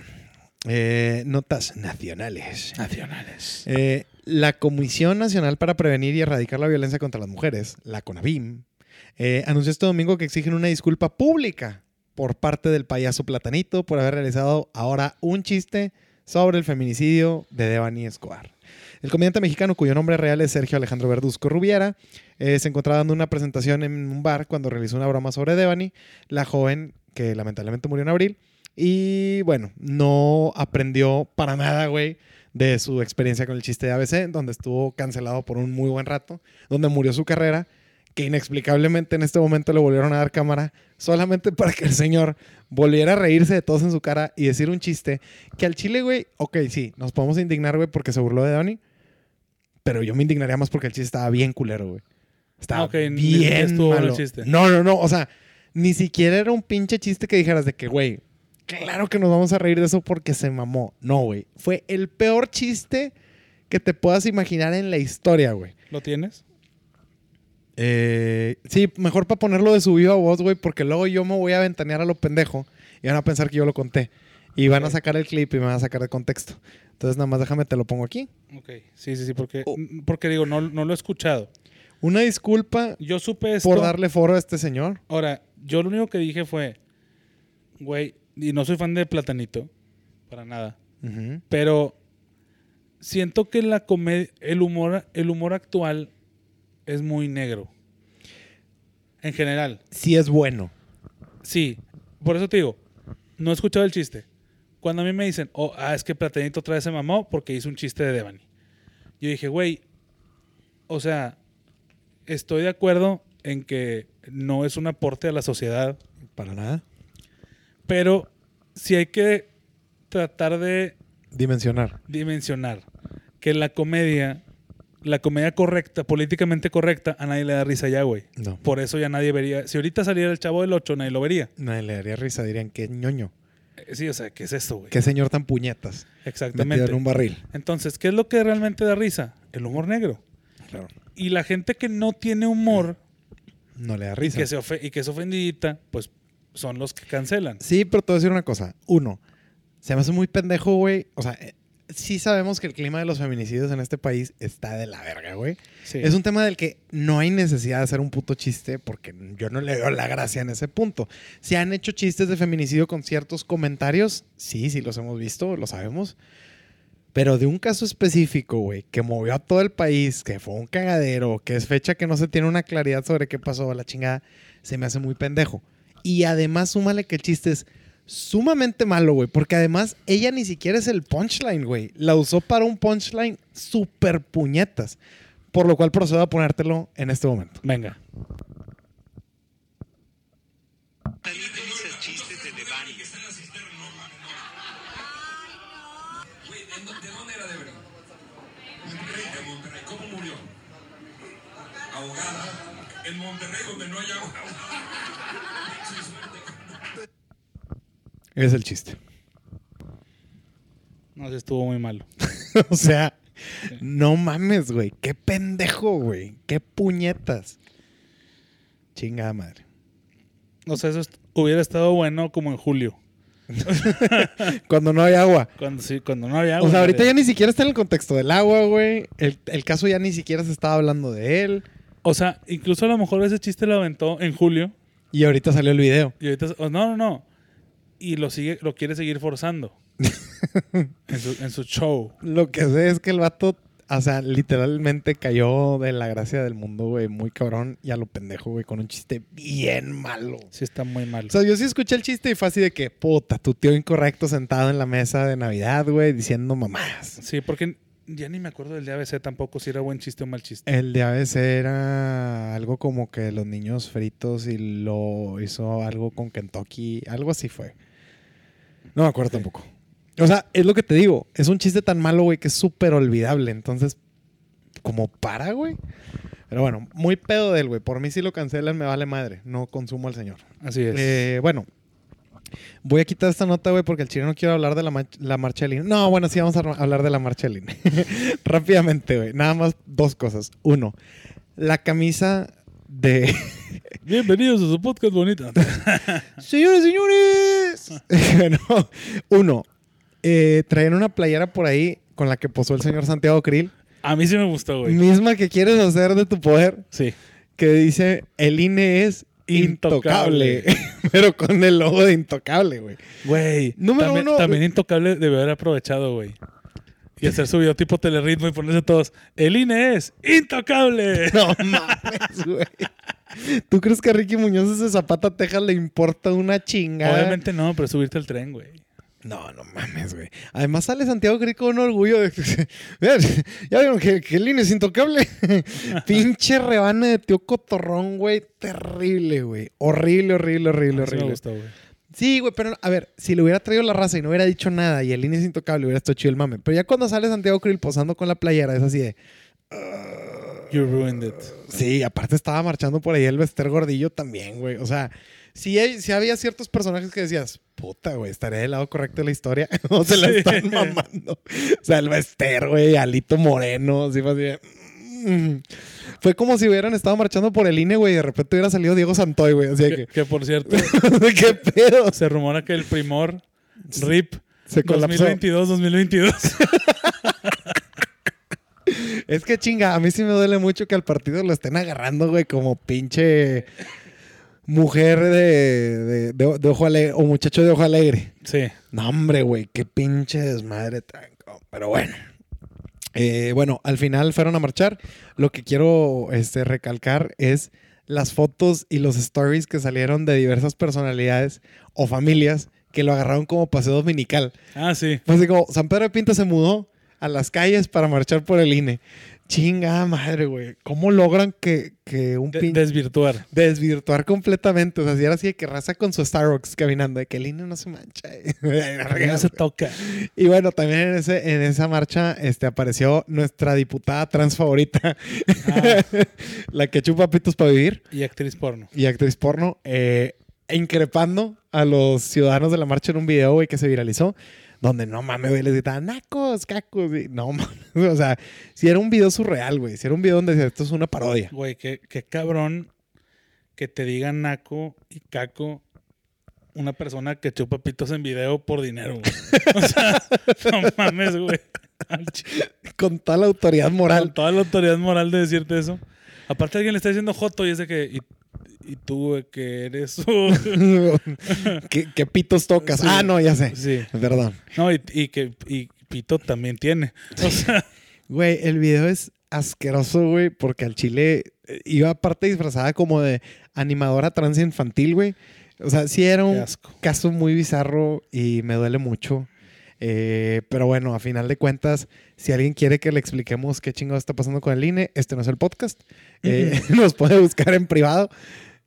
Speaker 2: Eh, notas nacionales.
Speaker 3: Nacionales.
Speaker 2: Eh, la Comisión Nacional para Prevenir y Erradicar la Violencia contra las Mujeres, la CONAVIM, eh, anunció este domingo que exigen una disculpa pública por parte del payaso Platanito por haber realizado ahora un chiste sobre el feminicidio de Devani Escobar. El comediante mexicano, cuyo nombre real es Sergio Alejandro Verduzco Rubiera, eh, se encontraba dando una presentación en un bar cuando realizó una broma sobre Devani, la joven que lamentablemente murió en abril. Y bueno, no aprendió para nada, güey, de su experiencia con el chiste de ABC, donde estuvo cancelado por un muy buen rato, donde murió su carrera, que inexplicablemente en este momento le volvieron a dar cámara solamente para que el señor volviera a reírse de todos en su cara y decir un chiste que al chile, güey, ok, sí, nos podemos indignar, güey, porque se burló de Donnie, pero yo me indignaría más porque el chiste estaba bien culero, güey. Estaba
Speaker 3: Ah, Ok, ni siquiera
Speaker 2: bien
Speaker 3: estuvo bueno el
Speaker 2: malo.
Speaker 3: chiste.
Speaker 2: No, no, no, o sea, ni siquiera era un pinche chiste que dijeras de que, güey, Claro que nos vamos a reír de eso porque se mamó. No, güey. Fue el peor chiste que te puedas imaginar en la historia, güey.
Speaker 3: ¿Lo tienes?
Speaker 2: Eh, sí, mejor para ponerlo de su viva voz, güey, porque luego yo me voy a ventanear a lo pendejo y van a pensar que yo lo conté. Y van a sacar el clip y me van a sacar de contexto. Entonces, nada más déjame, te lo pongo aquí.
Speaker 3: Ok. Sí, sí, sí. Porque,
Speaker 2: Oh.
Speaker 3: porque digo, no, no lo he escuchado.
Speaker 2: Una disculpa
Speaker 3: Yo supe esto.
Speaker 2: por darle foro a este señor.
Speaker 3: Ahora, yo lo único que dije fue, güey, y no soy fan de Platanito, para nada,
Speaker 2: Ujú.
Speaker 3: pero siento que la comedia, el humor, el humor actual es muy negro. En general,
Speaker 2: Sí es bueno.
Speaker 3: sí. Por eso te digo, no he escuchado el chiste. Cuando a mí me dicen, oh, ah, es que Platanito otra vez se mamó porque hizo un chiste de Devani. Yo dije, güey, o sea, estoy de acuerdo en que no es un aporte a la sociedad
Speaker 2: Para nada.
Speaker 3: pero si hay que tratar de
Speaker 2: Dimensionar.
Speaker 3: dimensionar que la comedia, la comedia correcta, políticamente correcta, a nadie le da risa ya, güey.
Speaker 2: No.
Speaker 3: Por eso ya nadie vería. Si ahorita saliera el chavo del 8, nadie lo vería.
Speaker 2: Nadie le daría risa. Dirían, qué ñoño.
Speaker 3: Eh, Sí, o sea, ¿qué es eso, güey?
Speaker 2: Qué señor tan puñetas. Metido
Speaker 3: Exactamente.
Speaker 2: en un barril.
Speaker 3: Entonces, ¿qué es lo que realmente da risa? El humor negro.
Speaker 2: Claro.
Speaker 3: Y la gente que no tiene humor
Speaker 2: No le da risa.
Speaker 3: que se ofe- y que es ofendidita, pues son los que cancelan.
Speaker 2: Sí, pero te voy a decir una cosa. Uno, se me hace muy pendejo, güey. O sea, eh, sí sabemos que el clima de los feminicidios en este país está de la verga, güey.
Speaker 3: Sí.
Speaker 2: Es un tema del que no hay necesidad de hacer un puto chiste porque yo no le veo la gracia en ese punto. Se han hecho chistes de feminicidio con ciertos comentarios. Sí, sí los hemos visto, lo sabemos. Pero de un caso específico, güey, que movió a todo el país, que fue un cagadero, que es fecha que no se tiene una claridad sobre qué pasó a la chingada, se me hace muy pendejo. Y además, súmale que el chiste es sumamente malo, güey, porque además ella ni siquiera es el punchline, güey. La usó para un punchline super puñetas, por lo cual procedo a ponértelo en este momento.
Speaker 3: Venga.
Speaker 4: Platanito dice chistes de Devani.
Speaker 5: Güey, ¿en dó- ¿de dónde era de verdad? Monterrey. ¿Cómo murió? ahogada. En Monterrey, donde no hay agua.
Speaker 2: Es el chiste.
Speaker 3: No sé, estuvo muy malo.
Speaker 2: o sea, no mames, güey. Qué pendejo, güey. Qué puñetas. Chingada madre.
Speaker 3: O sea, eso est- hubiera estado bueno como en julio.
Speaker 2: Cuando no hay agua.
Speaker 3: Cuando, sí, cuando no había agua.
Speaker 2: O sea, ahorita
Speaker 3: madre.
Speaker 2: ya ni siquiera está en el contexto del agua, güey. El, el caso ya ni siquiera se estaba hablando de él.
Speaker 3: O sea, incluso a lo mejor ese chiste lo aventó en julio.
Speaker 2: Y ahorita salió el video.
Speaker 3: Y ahorita. oh, no, no, no. Y lo sigue, lo quiere seguir forzando. en, su, en su show.
Speaker 2: Lo que sé es que el vato, o sea, literalmente cayó de la gracia del mundo, güey. Muy cabrón y a lo pendejo, güey, con un chiste bien malo.
Speaker 3: Sí, está muy mal.
Speaker 2: O sea, yo sí escuché el chiste y fue así de que, puta, tu tío incorrecto sentado en la mesa de Navidad, güey, diciendo mamás.
Speaker 3: Sí, porque ya ni me acuerdo del de ABC tampoco si era buen chiste o mal chiste.
Speaker 2: El de ABC era algo como que los niños fritos y lo hizo algo con Kentucky, algo así fue. No me acuerdo tampoco. O sea, es lo que te digo, es un chiste tan malo, güey, que es súper olvidable. Entonces, como para, güey. Pero bueno, muy pedo de él, güey. Por mí si lo cancelan me vale madre. No consumo al señor.
Speaker 3: Así es.
Speaker 2: Eh, bueno, voy a quitar esta nota, güey, porque el chino no quiero hablar de la, ma- la marcha del INE. No, bueno, sí vamos a ra- hablar de la marcha del INE. Rápidamente, güey. Nada más dos cosas. Uno, la camisa de...
Speaker 3: Bienvenidos a su podcast bonita.
Speaker 2: Señores, señores. bueno, uno, eh, traían una playera por ahí con la que posó el señor Santiago Krill.
Speaker 3: A mí sí me gustó, güey.
Speaker 2: Misma que quieres hacer de tu poder,
Speaker 3: Sí.
Speaker 2: que dice, el INE es intocable.
Speaker 3: Intocable.
Speaker 2: Pero con el logo de intocable, güey.
Speaker 3: Güey.
Speaker 2: Número
Speaker 3: también,
Speaker 2: uno- eh.
Speaker 3: También Intocable debe haber aprovechado, güey. Y hacer su video tipo telerritmo y ponerse todos. El INE es intocable.
Speaker 2: No mames, güey. ¿Tú crees que a Ricky Muñoz ese Zapata Texas le importa una chingada?
Speaker 3: Obviamente no, pero subirte al tren, güey.
Speaker 2: No, no mames, güey. Además sale Santiago Grill con un orgullo de... Vean, ya vieron que, que el INE es intocable. Pinche rebane de tío cotorrón, güey. Terrible, güey. Horrible, horrible, horrible,
Speaker 3: Sí me
Speaker 2: horrible.
Speaker 3: gustó, güey.
Speaker 2: Sí, güey, pero a ver, si le hubiera traído la raza y no hubiera dicho nada y el INE es intocable, hubiera estado chido el mame. Pero ya cuando sale Santiago Grill posando con la playera, es así de...
Speaker 3: You ruined it.
Speaker 2: Sí, aparte estaba marchando por ahí el Bester Gordillo también, güey. O sea, sí, hay- sí había ciertos personajes que decías, puta, güey, estaré del lado correcto de la historia. o se la
Speaker 3: Sí.
Speaker 2: están mamando. O sea, el Bester, güey, Alito Moreno, así fue así de, mm. Fue como si hubieran estado marchando por el INE, güey, y de repente hubiera salido Diego Santoy, güey. Así de
Speaker 3: Que, que, por cierto,
Speaker 2: que, ¿qué pedo?
Speaker 3: se rumora que el primor RIP
Speaker 2: Se colapsó.
Speaker 3: 2022-2022.
Speaker 2: Es que chinga, a mí sí me duele mucho que al partido lo estén agarrando, güey, como pinche mujer de, de- de- de ojo alegre o muchacho de ojo alegre.
Speaker 3: sí.
Speaker 2: No, hombre, güey, qué pinche desmadre tranco. Pero bueno. Eh, bueno, al final fueron a marchar. Lo que quiero este, recalcar es las fotos y los stories que salieron de diversas personalidades o familias que lo agarraron como paseo dominical.
Speaker 3: Ah, sí.
Speaker 2: Pues digo, San Pedro de Pinta se mudó a las calles para marchar por el INE. Chinga madre, güey. ¿Cómo logran que, que un
Speaker 3: De-
Speaker 2: pinche
Speaker 3: desvirtuar.
Speaker 2: desvirtuar completamente. O sea, si era así de que raza con su Starbucks caminando, de que el INE no se mancha. Ah,
Speaker 3: No se toca.
Speaker 2: y bueno, también en, ese, en esa marcha este, apareció nuestra diputada trans favorita,
Speaker 3: Ah,
Speaker 2: la que chupa pitos para vivir
Speaker 3: y actriz porno.
Speaker 2: y actriz porno, eh, increpando a los ciudadanos de la marcha en un video, güey, que se viralizó. Donde no mames, güey, les gritaban nacos, cacos. y no mames. O sea, si era un video surreal, güey. Si era un video donde decía, esto es una parodia.
Speaker 3: Güey, qué, qué cabrón que te digan naco y caco una persona que chupa pitos en video por dinero, güey. O sea, no mames, güey. Al chile,
Speaker 2: Con tal autoridad moral.
Speaker 3: Con toda la autoridad moral de decirte eso. Aparte alguien le está diciendo joto y es de que... Y, y tú, güey, que eres... un-".
Speaker 2: ¿Qué, qué pitos tocas?
Speaker 3: Sí.
Speaker 2: Ah, no, ya sé.
Speaker 3: sí.
Speaker 2: Perdón.
Speaker 3: No, y, y que y pito también tiene. O sea,
Speaker 2: Güey, el video es asqueroso, güey, porque al chile eh, iba aparte disfrazada como de animadora trans infantil, güey. O sea, sí era
Speaker 3: qué
Speaker 2: un
Speaker 3: asco.
Speaker 2: caso muy bizarro y me duele mucho. Eh, pero bueno, a final de cuentas, si alguien quiere que le expliquemos qué chingado está pasando con el INE, este no es el podcast. Eh, nos puede buscar en privado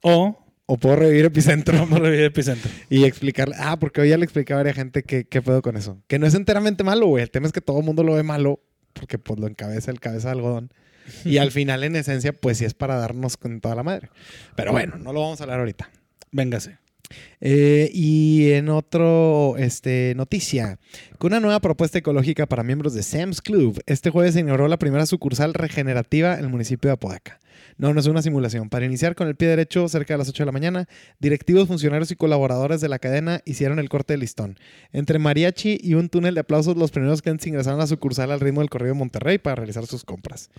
Speaker 3: O...
Speaker 2: o puedo revivir Epicentro.
Speaker 3: Vamos a revivir Epicentro.
Speaker 2: Y explicarle, ah, porque hoy ya le expliqué a varias gente qué, qué pedo con eso. Que no es enteramente malo, güey. El tema es que todo el mundo lo ve malo porque pues lo encabeza el cabeza de algodón. Y al final, en esencia, pues sí es para darnos con toda la madre. Pero bueno, no lo vamos a hablar ahorita.
Speaker 3: Véngase.
Speaker 2: Eh, y en otro este, noticia, con una nueva propuesta ecológica para miembros de Sam's Club, este jueves se inauguró la primera sucursal regenerativa en el municipio de Apodaca. No, no es una simulación. Para iniciar con el pie derecho, cerca de las 8 de la mañana, directivos, funcionarios y colaboradores de la cadena hicieron el corte de listón. Entre mariachi y un túnel de aplausos, los primeros que ingresaron a la sucursal al ritmo del corrido de Monterrey para realizar sus compras.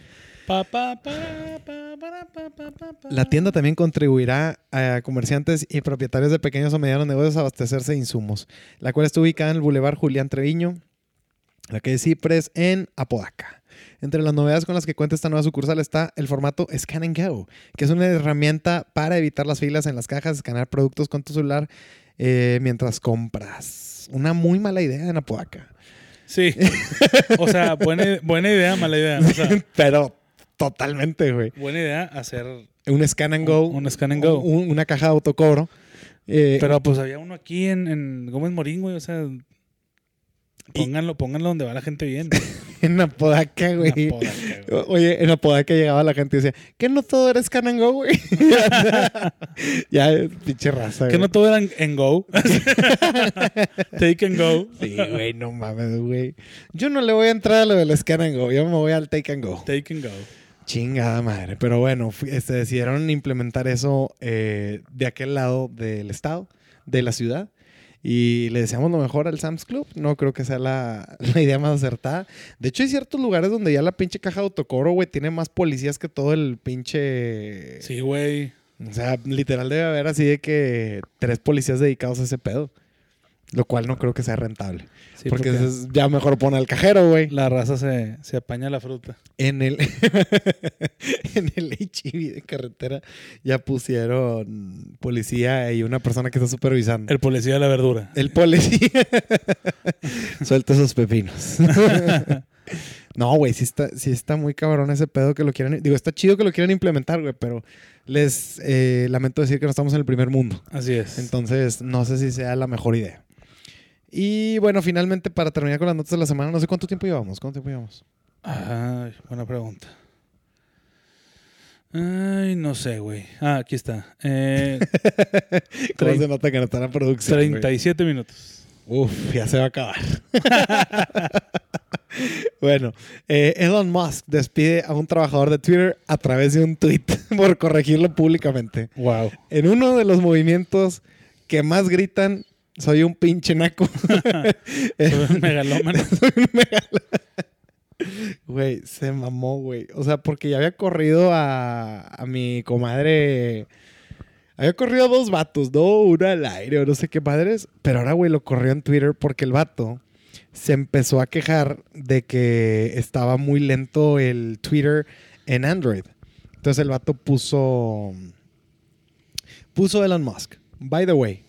Speaker 3: Pa, pa, para, pa, para, pa, pa, pa, pa.
Speaker 2: La tienda también contribuirá a comerciantes y propietarios de pequeños o medianos negocios a abastecerse de insumos, la cual está ubicada en el Boulevard Julián Treviño, la calle Cipres, en Apodaca. Entre las novedades con las que cuenta esta nueva sucursal está el formato Scan and Go, que es una herramienta para evitar las filas en las cajas, escanear productos con tu celular eh, mientras compras. Una muy mala idea en Apodaca.
Speaker 3: Sí. O sea, buena, buena idea, mala idea. O sea,
Speaker 2: Pero totalmente, güey.
Speaker 3: buena idea hacer
Speaker 2: Un Scan and Go.
Speaker 3: Un- un scan and go.
Speaker 2: un- una caja de autocobro. Eh,
Speaker 3: Pero pues había uno aquí en, en Gómez Morín, güey. O sea, pónganlo, pónganlo donde va la gente bien.
Speaker 2: en Apodaca, güey.
Speaker 3: Una poda, güey.
Speaker 2: O- Oye, en Apodaca llegaba la gente y decía, ¿qué no todo eres Scan and Go, güey? ya, eh, pinche raza,
Speaker 3: que
Speaker 2: güey.
Speaker 3: no todo era en, en go. Take and go.
Speaker 2: Sí, güey, no mames, güey. Yo no le voy a entrar a lo del Scan and Go, yo me voy al Take and Go.
Speaker 3: Take and go.
Speaker 2: Chingada madre. Pero bueno, fu- este, decidieron implementar eso eh, de aquel lado del estado, de la ciudad. Y le deseamos lo mejor al Sam's Club. No creo que sea la, la idea más acertada. De hecho, hay ciertos lugares donde ya la pinche caja de autocoro, güey, tiene más policías que todo el pinche...
Speaker 3: Sí, güey.
Speaker 2: O sea, literal debe haber así de que tres policías dedicados a ese pedo. Lo cual no creo que sea rentable.
Speaker 3: Sí,
Speaker 2: porque eso es- ya mejor pone al cajero, güey.
Speaker 3: la raza se, se apaña la fruta.
Speaker 2: En el, en el HIV de carretera ya pusieron policía y una persona que está supervisando.
Speaker 3: El policía de la verdura.
Speaker 2: El policía. Suelta esos pepinos. no, güey, sí está, sí está muy cabrón ese pedo que lo quieran. Digo, está chido que lo quieran implementar, güey, pero les eh, lamento decir que no estamos en el primer mundo.
Speaker 3: Así es.
Speaker 2: Entonces, no sé si sea la mejor idea. Y bueno, finalmente, para terminar con las notas de la semana, no sé cuánto tiempo llevamos. ¿Cuánto tiempo llevamos?
Speaker 3: Ay, buena pregunta. Ay, no sé, güey. Ah, aquí está. Eh,
Speaker 2: ¿Cómo
Speaker 3: Trein-
Speaker 2: se nota que no está la producción? güey?
Speaker 3: 37 minutos.
Speaker 2: Uf, ya se va a acabar. bueno, eh, Elon Musk despide a un trabajador de Twitter a través de un tweet por corregirlo públicamente.
Speaker 3: Wow.
Speaker 2: En uno de los movimientos que más gritan, soy un pinche naco.
Speaker 3: Megalómano.
Speaker 2: Güey, se mamó, güey. O sea, porque ya había corrido a, a mi comadre. Había corrido a dos vatos, no, uno al aire o no sé qué padres. Pero ahora, güey, lo corrió en Twitter porque el vato se empezó a quejar de que estaba muy lento el Twitter en Android. Entonces el vato puso. Puso Elon Musk. By the way.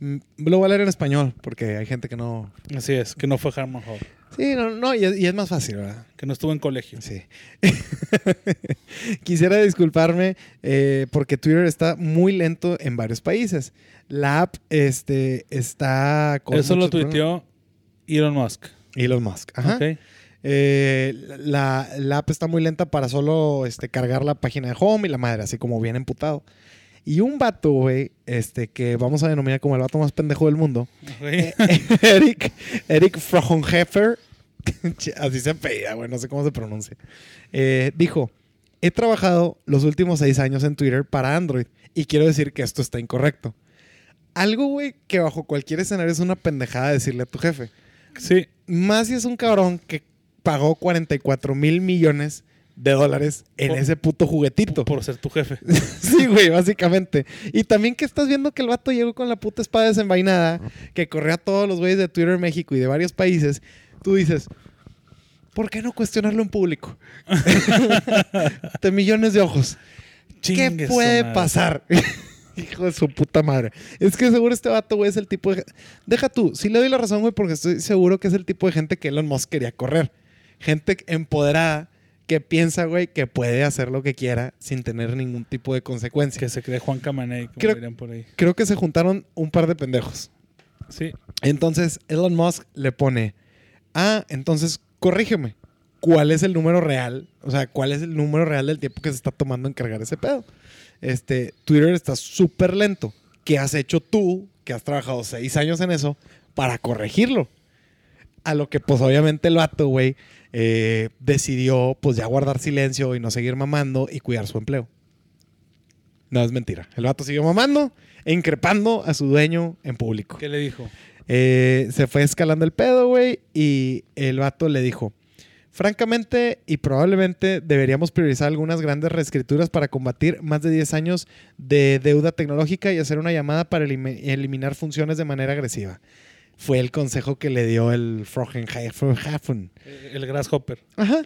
Speaker 2: Mm, Lo voy a leer en español porque hay gente que no.
Speaker 3: Así es, que no fue Harmon Hall.
Speaker 2: Sí, no, no, y es- y es más fácil, ¿verdad?
Speaker 3: Que no estuvo en colegio.
Speaker 2: Sí. Quisiera disculparme eh, porque Twitter está muy lento en varios países. La app este, está con
Speaker 3: Eso lo
Speaker 2: muchos problemas.
Speaker 3: tuiteó Elon Musk.
Speaker 2: Elon Musk. Ajá.
Speaker 3: Ok.
Speaker 2: Eh, la, la app está muy lenta para solo este, cargar la página de home y la madre, así como bien emputado. Y un vato, güey, este, que vamos a denominar como el vato más pendejo del mundo, Eh,
Speaker 3: Ok.
Speaker 2: Eric, Eric Frohonheffer, así se apellida, güey, no sé cómo se pronuncia, eh, dijo, he trabajado los últimos seis años en Twitter para Android y quiero decir que esto está incorrecto. Algo, güey, que bajo cualquier escenario es una pendejada decirle a tu jefe.
Speaker 3: Sí,
Speaker 2: Más si es un cabrón que pagó 44 mil millones de dólares en
Speaker 3: Por-
Speaker 2: ese puto juguetito.
Speaker 3: por ser tu jefe.
Speaker 2: Sí, güey, básicamente. Y también que estás viendo que el vato llegó con la puta espada desenvainada, que corrió a todos los güeyes de Twitter México y de varios países. Tú dices, ¿por qué no cuestionarlo en público? de millones de ojos.
Speaker 3: Chingue
Speaker 2: ¿Qué
Speaker 3: su
Speaker 2: puede
Speaker 3: madre.
Speaker 2: pasar? Hijo de su puta madre. Es que seguro este vato, güey, es el tipo de... Deja tú, sí le doy la razón, güey, porque estoy seguro que es el tipo de gente que Elon Musk quería correr. Gente empoderada que piensa, güey, que puede hacer lo que quiera sin tener ningún tipo de consecuencia.
Speaker 3: Que se cree Juan Camaney, como
Speaker 2: Creo-
Speaker 3: dirían por ahí.
Speaker 2: Creo que se juntaron un par de pendejos.
Speaker 3: Sí,
Speaker 2: Entonces Elon Musk le pone, ah, entonces corrígeme. cuál es el número real, o sea, cuál es el número real del tiempo que se está tomando en cargar ese pedo. Este, Twitter está súper lento. ¿Qué has hecho tú, que has trabajado seis años en eso, para corregirlo? A lo que, pues, obviamente el vato, güey, eh, decidió, pues, ya guardar silencio y no seguir mamando y cuidar su empleo. No, es mentira. El vato siguió mamando e increpando a su dueño en público.
Speaker 3: ¿Qué le dijo?
Speaker 2: Eh, se fue escalando el pedo, güey, y el vato le dijo, francamente y probablemente deberíamos priorizar algunas grandes reescrituras para combatir más de 10 años de deuda tecnológica y hacer una llamada para elimi- eliminar funciones de manera agresiva. Fue el consejo que le dio el Frogenhafen.
Speaker 3: Eh, El Grasshopper.
Speaker 2: Ajá.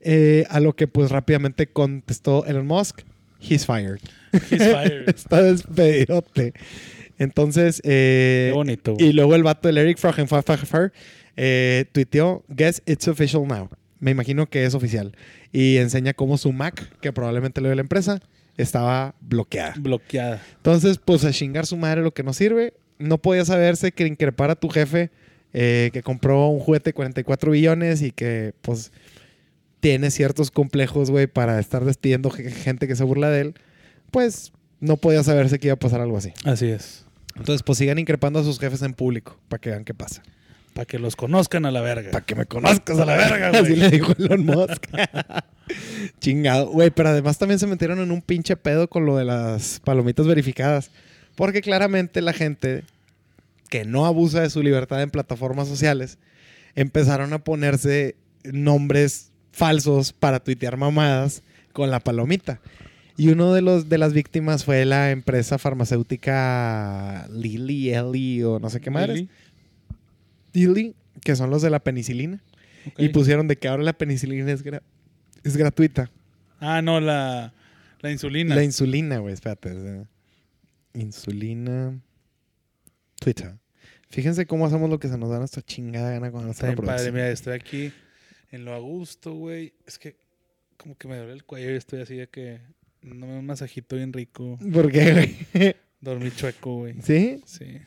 Speaker 2: Eh, a lo que pues rápidamente contestó Elon Musk, he's fired.
Speaker 3: He's fired.
Speaker 2: Está despedidote. Entonces, eh,
Speaker 3: Qué bonito. güey.
Speaker 2: y luego el vato del Eric Frogenfafafer eh, tuiteó, guess it's official now. Me imagino que es oficial. Y enseña cómo su Mac, que probablemente lo de la empresa, estaba bloqueada.
Speaker 3: Bloqueada.
Speaker 2: Entonces, pues a chingar su madre lo que no sirve. No podía saberse que increpar a tu jefe eh, que compró un juguete de 44 billones y que, pues, tiene ciertos complejos, güey, para estar despidiendo ge- gente que se burla de él. Pues, no podía saberse que iba a pasar algo así.
Speaker 3: Así es.
Speaker 2: Entonces, pues sigan increpando a sus jefes en público para que vean qué pasa.
Speaker 3: Para que los conozcan a la verga.
Speaker 2: Para que me conozcas a la verga,
Speaker 3: güey.
Speaker 2: Así le dijo Elon Musk. Chingado. Güey, pero además también se metieron en un pinche pedo con lo de las palomitas verificadas. Porque claramente la gente que no abusa de su libertad en plataformas sociales empezaron a ponerse nombres falsos para tuitear mamadas con la palomita. Y uno de los de las víctimas fue la empresa farmacéutica Lilly, Eli o no sé qué madres.
Speaker 3: Lili.
Speaker 2: Lilly, que son los de la penicilina.
Speaker 3: Ok.
Speaker 2: Y pues- pusieron de que ahora la penicilina es, gra- es gratuita.
Speaker 3: Ah, no, la, la insulina.
Speaker 2: La insulina, güey, espérate. o sea, Insulina. Twitter. Fíjense cómo hacemos lo que se nos da nuestra chingada gana cuando
Speaker 3: Está
Speaker 2: hacemos
Speaker 3: bien,
Speaker 2: la
Speaker 3: padre,
Speaker 2: producción.
Speaker 3: mira, estoy aquí en lo a gusto, güey. Es que como que me duele el cuello y estoy así de que no me un masajito bien rico.
Speaker 2: ¿Por qué, güey?
Speaker 3: Dormí chueco, güey.
Speaker 2: ¿Sí?
Speaker 3: Sí.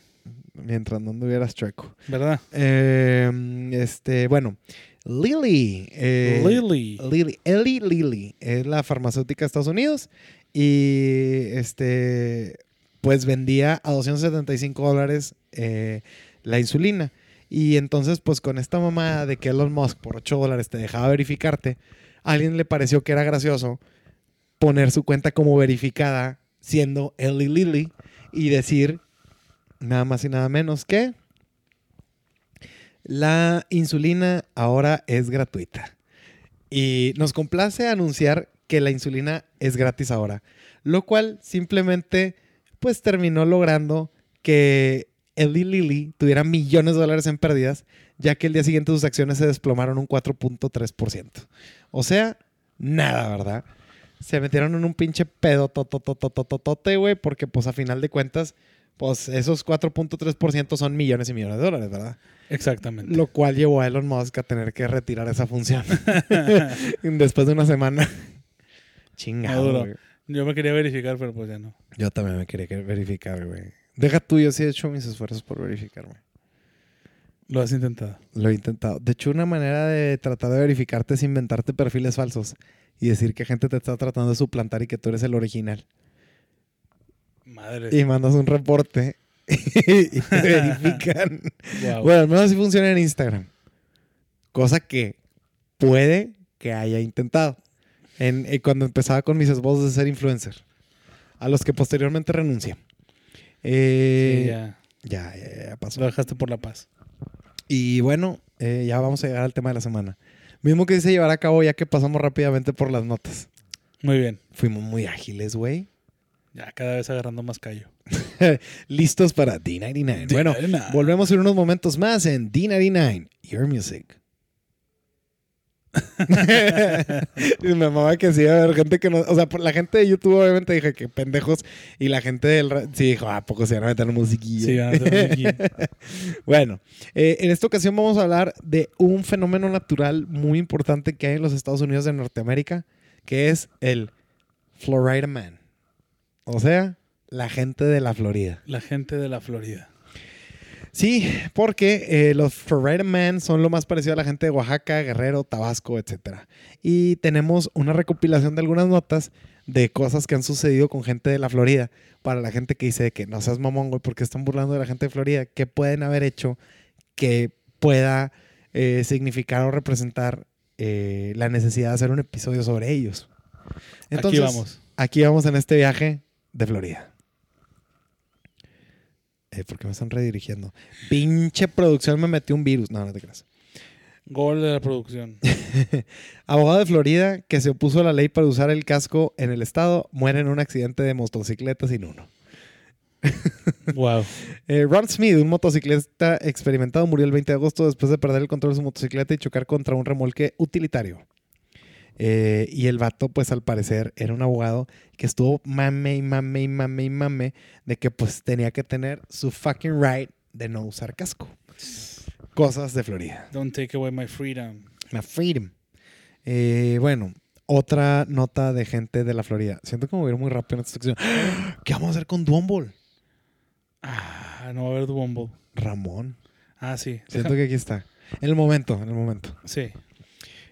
Speaker 2: Mientras no anduvieras chueco.
Speaker 3: ¿Verdad?
Speaker 2: Eh, este, bueno. Lily. eh,
Speaker 3: Lily.
Speaker 2: Lilly, Eli Lilly, es la farmacéutica de Estados Unidos y este, pues vendía a 275 dólares eh, la insulina. Y entonces, pues con esta mamá de que Elon Musk por 8 dólares te dejaba verificarte, a alguien le pareció que era gracioso poner su cuenta como verificada siendo Eli Lilly y decir nada más y nada menos que la insulina ahora es gratuita. Y nos complace anunciar que la insulina es gratis ahora, lo cual simplemente pues terminó logrando que Eli Lilly tuviera millones de dólares en pérdidas, ya que el día siguiente sus acciones se desplomaron un 4.3%. O sea, nada, ¿verdad? Se metieron en un pinche pedo totototototote, güey, porque pues a final de cuentas, pues esos 4.3% son millones y millones de dólares, ¿verdad?
Speaker 3: Exactamente.
Speaker 2: Lo cual llevó a Elon Musk a tener que retirar esa función después de una semana.
Speaker 3: No
Speaker 2: Chingado.
Speaker 3: duró.
Speaker 2: güey.
Speaker 3: Yo me quería verificar, pero pues ya no.
Speaker 2: Yo también me quería que- verificar, güey. Deja tú, yo sí he hecho mis esfuerzos por verificarme.
Speaker 3: Lo has intentado.
Speaker 2: Lo he intentado. De hecho, una manera de tratar de verificarte es inventarte perfiles falsos y decir que gente te está tratando de suplantar y que tú eres el original.
Speaker 3: Madre.
Speaker 2: Y mandas un reporte y te verifican.
Speaker 3: Guau.
Speaker 2: Bueno, al menos así funciona en Instagram. Cosa que puede que haya intentado. En, eh, cuando empezaba con mis esbozos de ser influencer. A los que posteriormente renuncié. Eh,
Speaker 3: Sí, ya.
Speaker 2: ya. ya, ya pasó.
Speaker 3: Lo dejaste por la paz.
Speaker 2: Y bueno, eh, ya vamos a llegar al tema de la semana. Mismo que se llevará a cabo ya que pasamos rápidamente por las notas.
Speaker 3: Muy bien.
Speaker 2: Fuimos muy ágiles, güey.
Speaker 3: Ya cada vez agarrando más callo.
Speaker 2: Listos para D99. Bueno,
Speaker 3: Diana.
Speaker 2: volvemos en unos momentos más en D99, Your Music. y me mamaba que sí iba a haber gente que no. O sea, por la gente de YouTube obviamente dije que pendejos. Y la gente del. ra- Sí, dijo, ¿a poco se van a meter musiquilla?
Speaker 3: Sí, agarrando musiquilla.
Speaker 2: Bueno, eh, en esta ocasión vamos a hablar de un fenómeno natural muy importante que hay en los Estados Unidos de Norteamérica, que es el Florida Man. O sea, la gente de la Florida.
Speaker 3: La gente de la Florida.
Speaker 2: Sí, porque eh, los Ferrera Man son lo más parecido a la gente de Oaxaca, Guerrero, Tabasco, etc. Y tenemos una recopilación de algunas notas de cosas que han sucedido con gente de la Florida. Para la gente que dice de que no seas mamón, güey, porque están burlando de la gente de Florida. ¿Qué pueden haber hecho que pueda eh, significar o representar eh, la necesidad de hacer un episodio sobre ellos? Entonces,
Speaker 3: Aquí vamos.
Speaker 2: Aquí vamos en este viaje de Florida. Eh, ¿Por qué me están redirigiendo? Pinche producción me metió un virus. No, no te creas.
Speaker 3: Gol de la producción.
Speaker 2: Abogado de Florida que se opuso a la ley para usar el casco en el estado muere en un accidente de motocicleta sin uno.
Speaker 3: wow.
Speaker 2: Eh, Ron Smith, un motocicleta experimentado, murió el 20 de agosto después de perder el control de su motocicleta y chocar contra un remolque utilitario. Eh, y el vato, pues al parecer, era un abogado que estuvo mame y mame y mame y mame de que pues tenía que tener su fucking right de no usar casco. Cosas de Florida.
Speaker 3: Don't take away my freedom.
Speaker 2: La freedom. Eh, bueno, otra nota de gente de la Florida. Siento como ir muy rápido en esta sección. ¿Qué vamos a hacer con Duombol?
Speaker 3: Ah, no va a haber Dumbo.
Speaker 2: Ramón.
Speaker 3: Ah, sí.
Speaker 2: Siento que aquí está. En el momento, en el momento.
Speaker 3: Sí.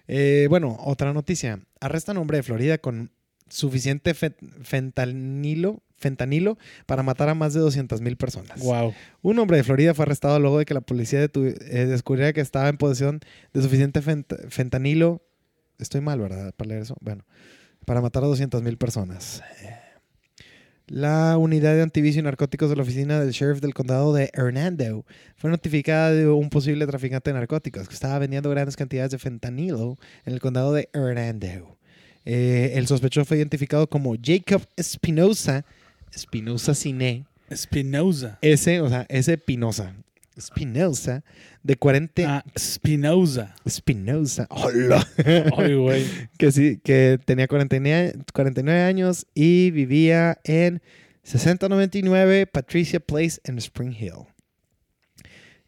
Speaker 2: Eh, bueno, otra noticia. Arrestan a hombre de Florida con suficiente fe- fentanilo, fentanilo para matar a más de 200 mil personas.
Speaker 3: Wow.
Speaker 2: Un hombre de Florida fue arrestado luego de que la policía detu- eh, descubriera que estaba en posesión de suficiente fent- fentanilo. Estoy mal, ¿verdad? Para leer eso. Bueno, para matar a 200 mil personas. Eh. La unidad de antivicio y narcóticos de la oficina del sheriff del condado de Hernando fue notificada de un posible traficante de narcóticos que estaba vendiendo grandes cantidades de fentanilo en el condado de Hernando. Eh, el sospechoso fue identificado como Jacob Espinosa, Espinosa Cine,
Speaker 3: Spinoza.
Speaker 2: ese, o sea, ese Pinoza. Spinoza, de 40.
Speaker 3: Ah, Spinoza.
Speaker 2: Spinoza. hola.
Speaker 3: Ay, güey.
Speaker 2: que sí, que tenía 49, 49 años y vivía en 6099 Patricia Place en Spring Hill.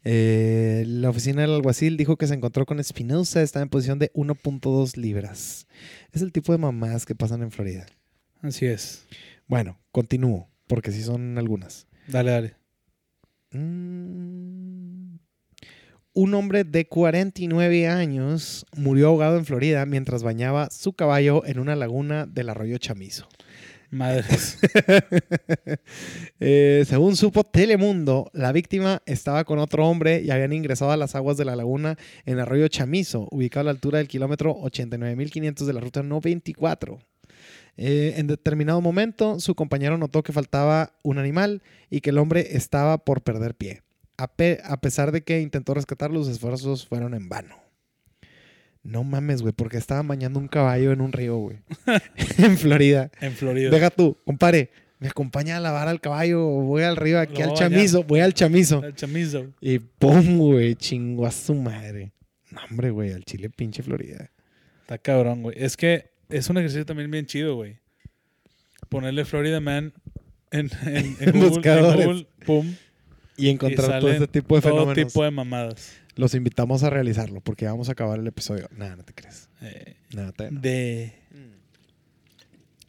Speaker 2: Eh, la oficina del alguacil dijo que se encontró con Spinoza, estaba en posición de 1.2 libras. Es el tipo de mamás que pasan en Florida.
Speaker 3: Así es.
Speaker 2: Bueno, continúo, porque sí son algunas.
Speaker 3: Dale, dale.
Speaker 2: Mm. Un hombre de 49 años murió ahogado en Florida mientras bañaba su caballo en una laguna del arroyo Chamizo.
Speaker 3: Madres.
Speaker 2: Eh, según supo Telemundo, la víctima estaba con otro hombre y habían ingresado a las aguas de la laguna en el arroyo Chamizo, ubicado a la altura del kilómetro 89.500 de la ruta 94. Eh, en determinado momento, su compañero notó que faltaba un animal y que el hombre estaba por perder pie. A, pe- a pesar de que intentó rescatarlo, sus esfuerzos fueron en vano. No mames, güey, porque estaban bañando un caballo en un río, güey. en Florida.
Speaker 3: En Florida.
Speaker 2: Deja tú, compadre, me acompaña a lavar al caballo, voy al río, aquí
Speaker 3: Lo
Speaker 2: al
Speaker 3: voy a
Speaker 2: chamizo, voy al chamizo.
Speaker 3: El chamizo.
Speaker 2: Y pum, güey, chingo a su madre. No, hombre, güey, al Chile pinche Florida.
Speaker 3: Está cabrón, güey. Es que es un ejercicio también bien chido, güey. Ponerle Florida Man en, en, en Google, en
Speaker 2: Buscadores.
Speaker 3: Google, pum.
Speaker 2: Y
Speaker 3: y
Speaker 2: encontrar todo
Speaker 3: salen
Speaker 2: este tipo de
Speaker 3: todo
Speaker 2: fenómenos.
Speaker 3: tipo de mamadas.
Speaker 2: Los invitamos a realizarlo porque ya vamos a acabar el episodio. Nada, no te crees.
Speaker 3: Eh,
Speaker 2: Nada, te- no.
Speaker 3: de...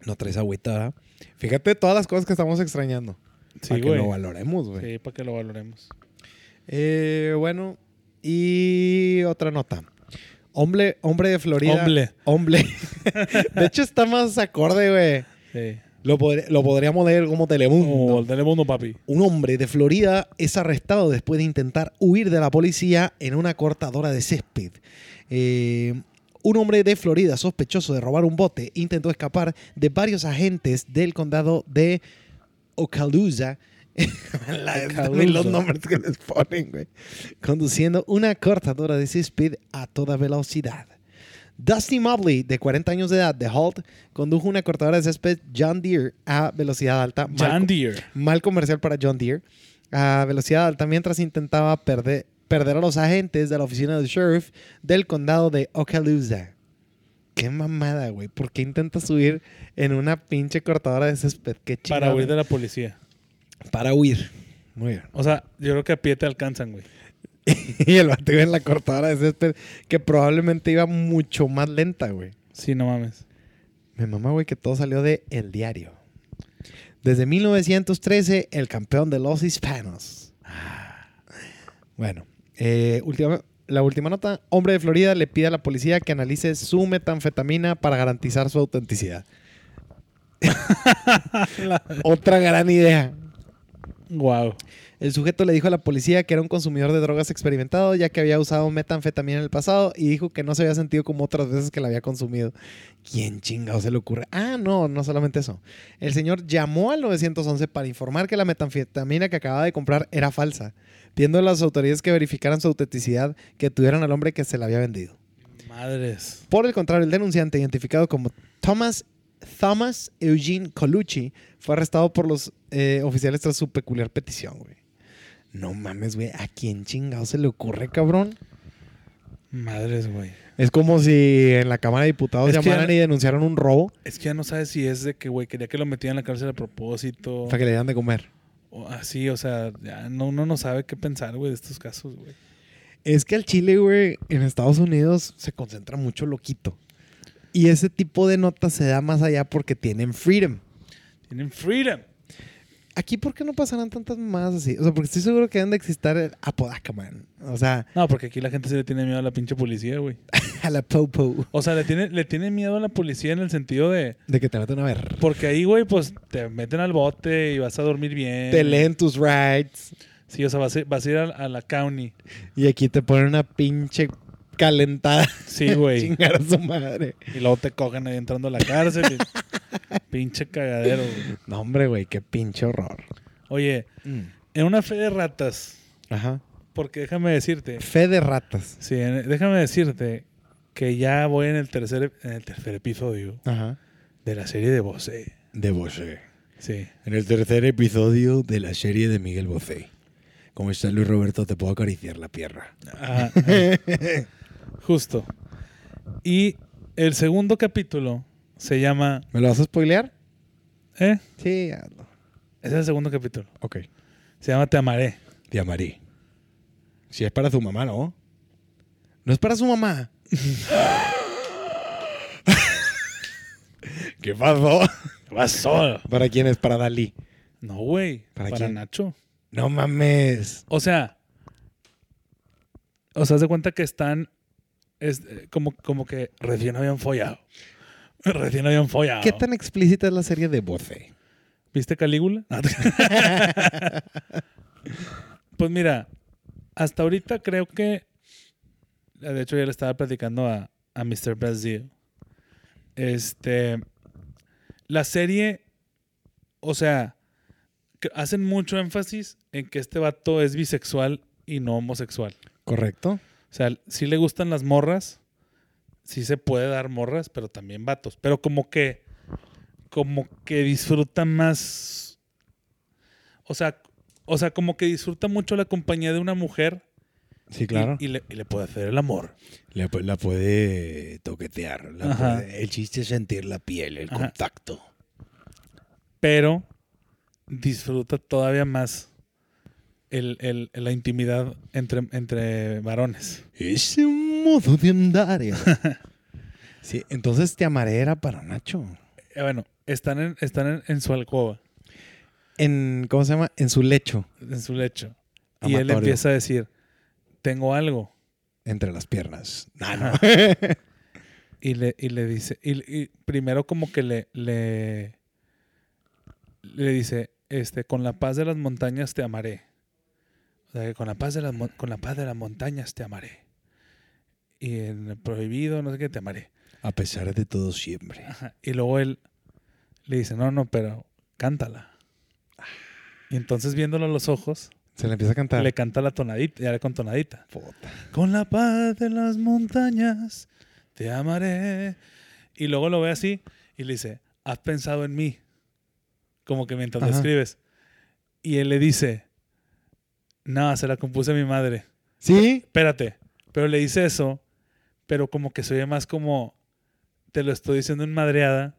Speaker 2: No traes agüita, ¿verdad? Fíjate todas las cosas que estamos extrañando.
Speaker 3: Sí,
Speaker 2: para que
Speaker 3: güey.
Speaker 2: lo valoremos, güey.
Speaker 3: Sí, para que lo valoremos.
Speaker 2: Eh, bueno, y otra nota. Hombre, hombre de Florida.
Speaker 3: Hombre.
Speaker 2: Hombre. de hecho, está más acorde, güey.
Speaker 3: Sí.
Speaker 2: Lo, pod- lo podríamos leer como Telemundo.
Speaker 3: Oh, el Telemundo, papi.
Speaker 2: Un hombre de Florida es arrestado después de intentar huir de la policía en una cortadora de césped. Eh, un hombre de Florida sospechoso de robar un bote intentó escapar de varios agentes del condado de Okaloosa. La- también los
Speaker 3: Okaloosa.
Speaker 2: nombres que les ponen, güey. Conduciendo una cortadora de césped a toda velocidad. Dusty Mobley, de 40 años de edad, de Holt, condujo una cortadora de césped John Deere a velocidad alta.
Speaker 3: John
Speaker 2: Malco-
Speaker 3: Deere.
Speaker 2: mal comercial para John Deere a velocidad alta mientras intentaba perder, perder a los agentes de la oficina del sheriff del condado de Okaloosa. Qué mamada, güey. ¿Por qué intentas subir en una pinche cortadora de césped? Qué
Speaker 3: Para
Speaker 2: chingada.
Speaker 3: huir de la policía.
Speaker 2: Para huir. Muy bien.
Speaker 3: O sea, yo creo que a pie te alcanzan, güey.
Speaker 2: y el vato iba en la cortadora de césped que probablemente iba mucho más lenta, güey.
Speaker 3: Sí, no mames.
Speaker 2: Me mamá, güey, que todo salió de El Diario. Desde 1913, el campeón de los hispanos. Bueno, eh, última- la última nota. Hombre de Florida le pide a la policía que analice su metanfetamina para garantizar su autenticidad. Otra gran idea.
Speaker 3: Wow.
Speaker 2: El sujeto le dijo a la policía que era un consumidor de drogas experimentado, ya que había usado metanfetamina en el pasado y dijo que no se había sentido como otras veces que la había consumido. ¿Quién chingado se le ocurre? Ah, no, no solamente eso. El señor llamó al 911 para informar que la metanfetamina que acababa de comprar era falsa, pidiendo a las autoridades que verificaran su autenticidad, que tuvieran al hombre que se la había vendido.
Speaker 3: Madres.
Speaker 2: Por el contrario, el denunciante, identificado como Thomas, Thomas Eugene Colucci, fue arrestado por los eh, oficiales tras su peculiar petición, güey. No mames, güey. ¿A quién chingado se le ocurre, cabrón?
Speaker 3: Madres, güey.
Speaker 2: Es como si en la Cámara de Diputados
Speaker 3: Es que
Speaker 2: llamaran
Speaker 3: ya-
Speaker 2: y denunciaran un robo
Speaker 3: Es que ya no sabes si es de que, güey, quería que lo metieran en la cárcel a propósito.
Speaker 2: para que le dieran de comer.
Speaker 3: O así, o sea, ya no, uno no sabe qué pensar, güey, de estos casos, güey.
Speaker 2: Es que al Chile, güey, en Estados Unidos se concentra mucho loquito. Y ese tipo de notas se da más allá porque tienen freedom.
Speaker 3: Tienen freedom.
Speaker 2: Aquí, ¿por qué no pasarán tantas más así? O sea, porque estoy seguro que deben de existir el Apodaca, man. O sea,
Speaker 3: No, porque aquí la gente sí le tiene miedo a la pinche policía, güey.
Speaker 2: a la Popo.
Speaker 3: O sea, le tiene, le tiene miedo a la policía en el sentido de.
Speaker 2: De que te meten a ver.
Speaker 3: Porque ahí, güey, pues te meten al bote y vas a dormir bien.
Speaker 2: Te leen tus rights
Speaker 3: Sí, o sea, vas a, vas a ir a, a la county.
Speaker 2: y aquí te ponen una pinche calentada.
Speaker 3: Sí, güey.
Speaker 2: Chingar a su madre.
Speaker 3: y luego te cogen ahí entrando a la cárcel. y- pinche cagadero, güey.
Speaker 2: No, hombre, güey, qué pinche horror.
Speaker 3: Oye,
Speaker 2: Mm.
Speaker 3: en una fe de ratas,
Speaker 2: Ajá.
Speaker 3: porque déjame decirte.
Speaker 2: Fe de ratas.
Speaker 3: Sí, en- déjame decirte que ya voy en el tercer, en el tercer episodio
Speaker 2: Ajá.
Speaker 3: de la serie de Bosé.
Speaker 2: De Bosé.
Speaker 3: Sí.
Speaker 2: En el tercer episodio de la serie de Miguel Bosé. Como está Luis Roberto, te puedo acariciar la pierna.
Speaker 3: Ajá. Ah, Justo. Y el segundo capítulo se llama.
Speaker 2: ¿Me lo vas a spoilear?
Speaker 3: ¿Eh?
Speaker 2: Sí, hazlo.
Speaker 3: Ese es el segundo capítulo.
Speaker 2: Ok.
Speaker 3: Se llama Te amaré.
Speaker 2: Te amaré. Si es para su mamá, ¿no? No es para su mamá. ¿Qué pasó?
Speaker 3: Vas solo.
Speaker 2: ¿Para quién es? Para Dalí.
Speaker 3: No, güey.
Speaker 2: ¿Para
Speaker 3: Para,
Speaker 2: quién?
Speaker 3: Nacho.
Speaker 2: No mames.
Speaker 3: O sea. O sea, haz de cuenta que están. Es, eh, como, como que recién habían follado. Recién habían follado.
Speaker 2: ¿Qué tan explícita es la serie de Boce?
Speaker 3: ¿Viste Calígula? pues mira, hasta ahorita creo que. De hecho, ya le estaba platicando a, a Mr. Brasil. Este. La serie. O sea. que Hacen mucho énfasis en que este vato es bisexual y no homosexual.
Speaker 2: ¿Correcto?
Speaker 3: O sea, sí le gustan las morras. Sí se puede dar morras, pero también vatos. Pero como que. Como que disfruta más. O sea. O sea, como que disfruta mucho la compañía de una mujer
Speaker 2: Sí,
Speaker 3: y- y, le, y le puede hacer el amor.
Speaker 6: La, pu- la puede toquetear. la
Speaker 3: Ajá.
Speaker 6: puede- el chiste es sentir la piel, el
Speaker 3: Ajá.
Speaker 6: contacto.
Speaker 3: Pero disfruta todavía más el- el- la intimidad entre, entre varones.
Speaker 6: Ese modo de andar. eh.
Speaker 2: Sí, entonces te amaré era para Nacho.
Speaker 3: Eh, bueno, están en, están en, en su alcoba,
Speaker 2: En, ¿cómo se llama? En su lecho.
Speaker 3: en su lecho. Y él
Speaker 2: Amatorio.
Speaker 3: empieza a decir: Tengo algo.
Speaker 2: Entre las piernas. No, no.
Speaker 3: Ajá. Y le, y le dice, y, y primero como que le, le, le dice, este, con la paz de las montañas te amaré. O sea, que con la paz de las, mon- con la paz de las montañas te amaré. Y en el prohibido, no sé qué, te amaré.
Speaker 6: A pesar de todo, siempre.
Speaker 3: Ajá. Y luego él le dice, no, no, pero cántala. Y entonces viéndolo a los ojos,
Speaker 2: Se le empieza a cantar.
Speaker 3: le canta la tonadita, ya con tonadita.
Speaker 2: Puta.
Speaker 3: Con la paz de las montañas te amaré. Y luego lo ve así y le dice, has pensado en mí. Como que mientras lo
Speaker 2: Ajá.
Speaker 3: escribes. Y él le dice, no, se la compuse mi madre.
Speaker 2: ¿Sí?
Speaker 3: Espérate. Pero le dice eso, pero como que se oye más como, te lo estoy diciendo en madreada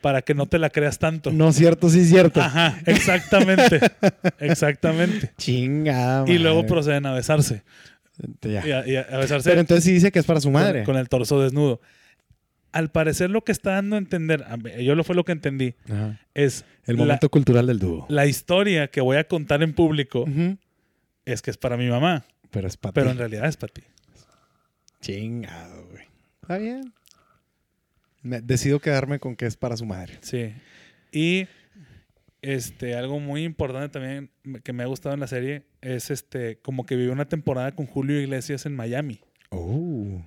Speaker 3: para que no te la creas tanto.
Speaker 2: No es cierto, sí es cierto.
Speaker 3: Ajá, exactamente. exactamente.
Speaker 2: Chingada.
Speaker 3: Y luego
Speaker 2: madre.
Speaker 3: proceden a besarse.
Speaker 2: Ya.
Speaker 3: Y a, y a- a besarse
Speaker 2: Pero entonces sí dice que es para su madre.
Speaker 3: Con, con el torso desnudo. Al parecer lo que está dando a entender, a mí- yo lo fue lo que entendí,
Speaker 2: Ajá.
Speaker 3: es
Speaker 2: El
Speaker 3: la,
Speaker 2: momento cultural del dúo. Mm.
Speaker 3: la historia que voy a contar en público
Speaker 2: Ujú.
Speaker 3: es que es para mi mamá,
Speaker 2: Pero es para
Speaker 3: pero
Speaker 2: ti.
Speaker 3: en realidad es para ti.
Speaker 2: Chingado, güey. Está bien. Me- decido quedarme con que es para su madre.
Speaker 3: Sí. Y este, algo muy importante también me- que me ha gustado en la serie es este, como que vivió una temporada con Julio Iglesias en Miami.
Speaker 2: Oh.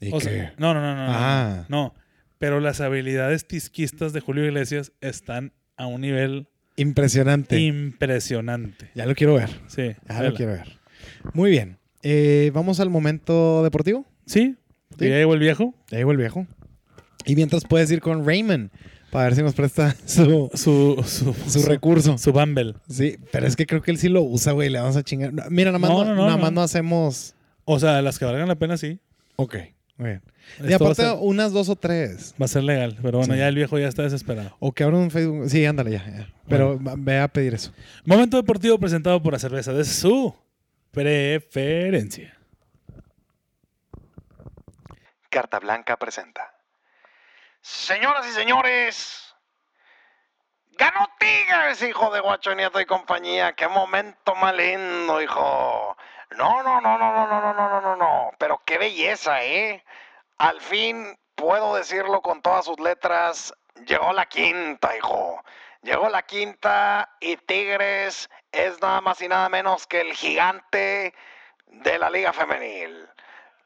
Speaker 6: ¿Y
Speaker 3: Uh. O
Speaker 6: qué?
Speaker 3: sea, no, no, no, no, no.
Speaker 2: Ah.
Speaker 3: No. Pero las habilidades tisquistas de Julio Iglesias están a un nivel
Speaker 2: Impresionante.
Speaker 3: impresionante.
Speaker 2: Ya lo quiero ver.
Speaker 3: Sí.
Speaker 2: Ya
Speaker 3: vela.
Speaker 2: Ah, lo quiero ver. Muy bien. Eh, Vamos al momento deportivo.
Speaker 3: Sí.
Speaker 2: Sí.
Speaker 3: Y ya llegó el viejo.
Speaker 2: Ya llegó el viejo. Y mientras puedes ir con Raymond para ver si nos presta su,
Speaker 3: Su, su,
Speaker 2: su recurso.
Speaker 3: su Bumble.
Speaker 2: Sí, pero es que creo que él sí lo usa, güey. Le vamos a chingar. No, Mira, nada más
Speaker 3: No,
Speaker 2: no,
Speaker 3: no, no,
Speaker 2: nada más
Speaker 3: no.
Speaker 2: no hacemos.
Speaker 3: O sea, las que valgan la pena, sí.
Speaker 2: Ok. Muy bien. Y
Speaker 3: Esto va, a
Speaker 2: aparte,
Speaker 3: ser,
Speaker 2: unas dos o tres.
Speaker 3: va a ser legal. Pero bueno,
Speaker 2: Sí.
Speaker 3: ya el viejo ya está desesperado.
Speaker 2: O que abran un Facebook. Sí, ándale ya. ya. Pero va- ve a pedir eso.
Speaker 3: Momento deportivo presentado por la cerveza de su preferencia.
Speaker 1: Carta Blanca presenta. Señoras y señores, ganó Tigres, hijo de Guacho Nieto y compañía. Qué momento más lindo, hijo. No, no, no, no, no, no, no, no, no, no, no. Pero qué belleza, ¿eh? Al fin puedo decirlo con todas sus letras. Llegó la quinta, hijo. Llegó la quinta y Tigres es nada más y nada menos que el gigante de la Liga Femenil.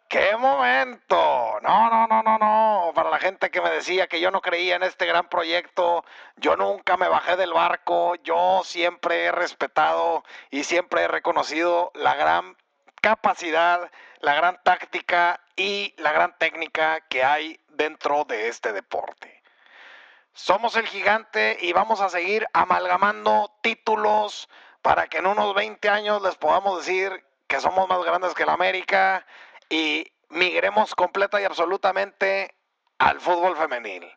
Speaker 1: ¡Qué momento! No, no, no, no, no. Para la gente que me decía que yo no creía en este gran proyecto, yo nunca me bajé del barco, yo siempre he respetado y siempre he reconocido la gran capacidad, la gran táctica y la gran técnica que hay dentro de este deporte. Somos el gigante y vamos a seguir amalgamando títulos para que en unos 20 años les podamos decir que somos más grandes que el América y migremos completa y absolutamente al fútbol femenil.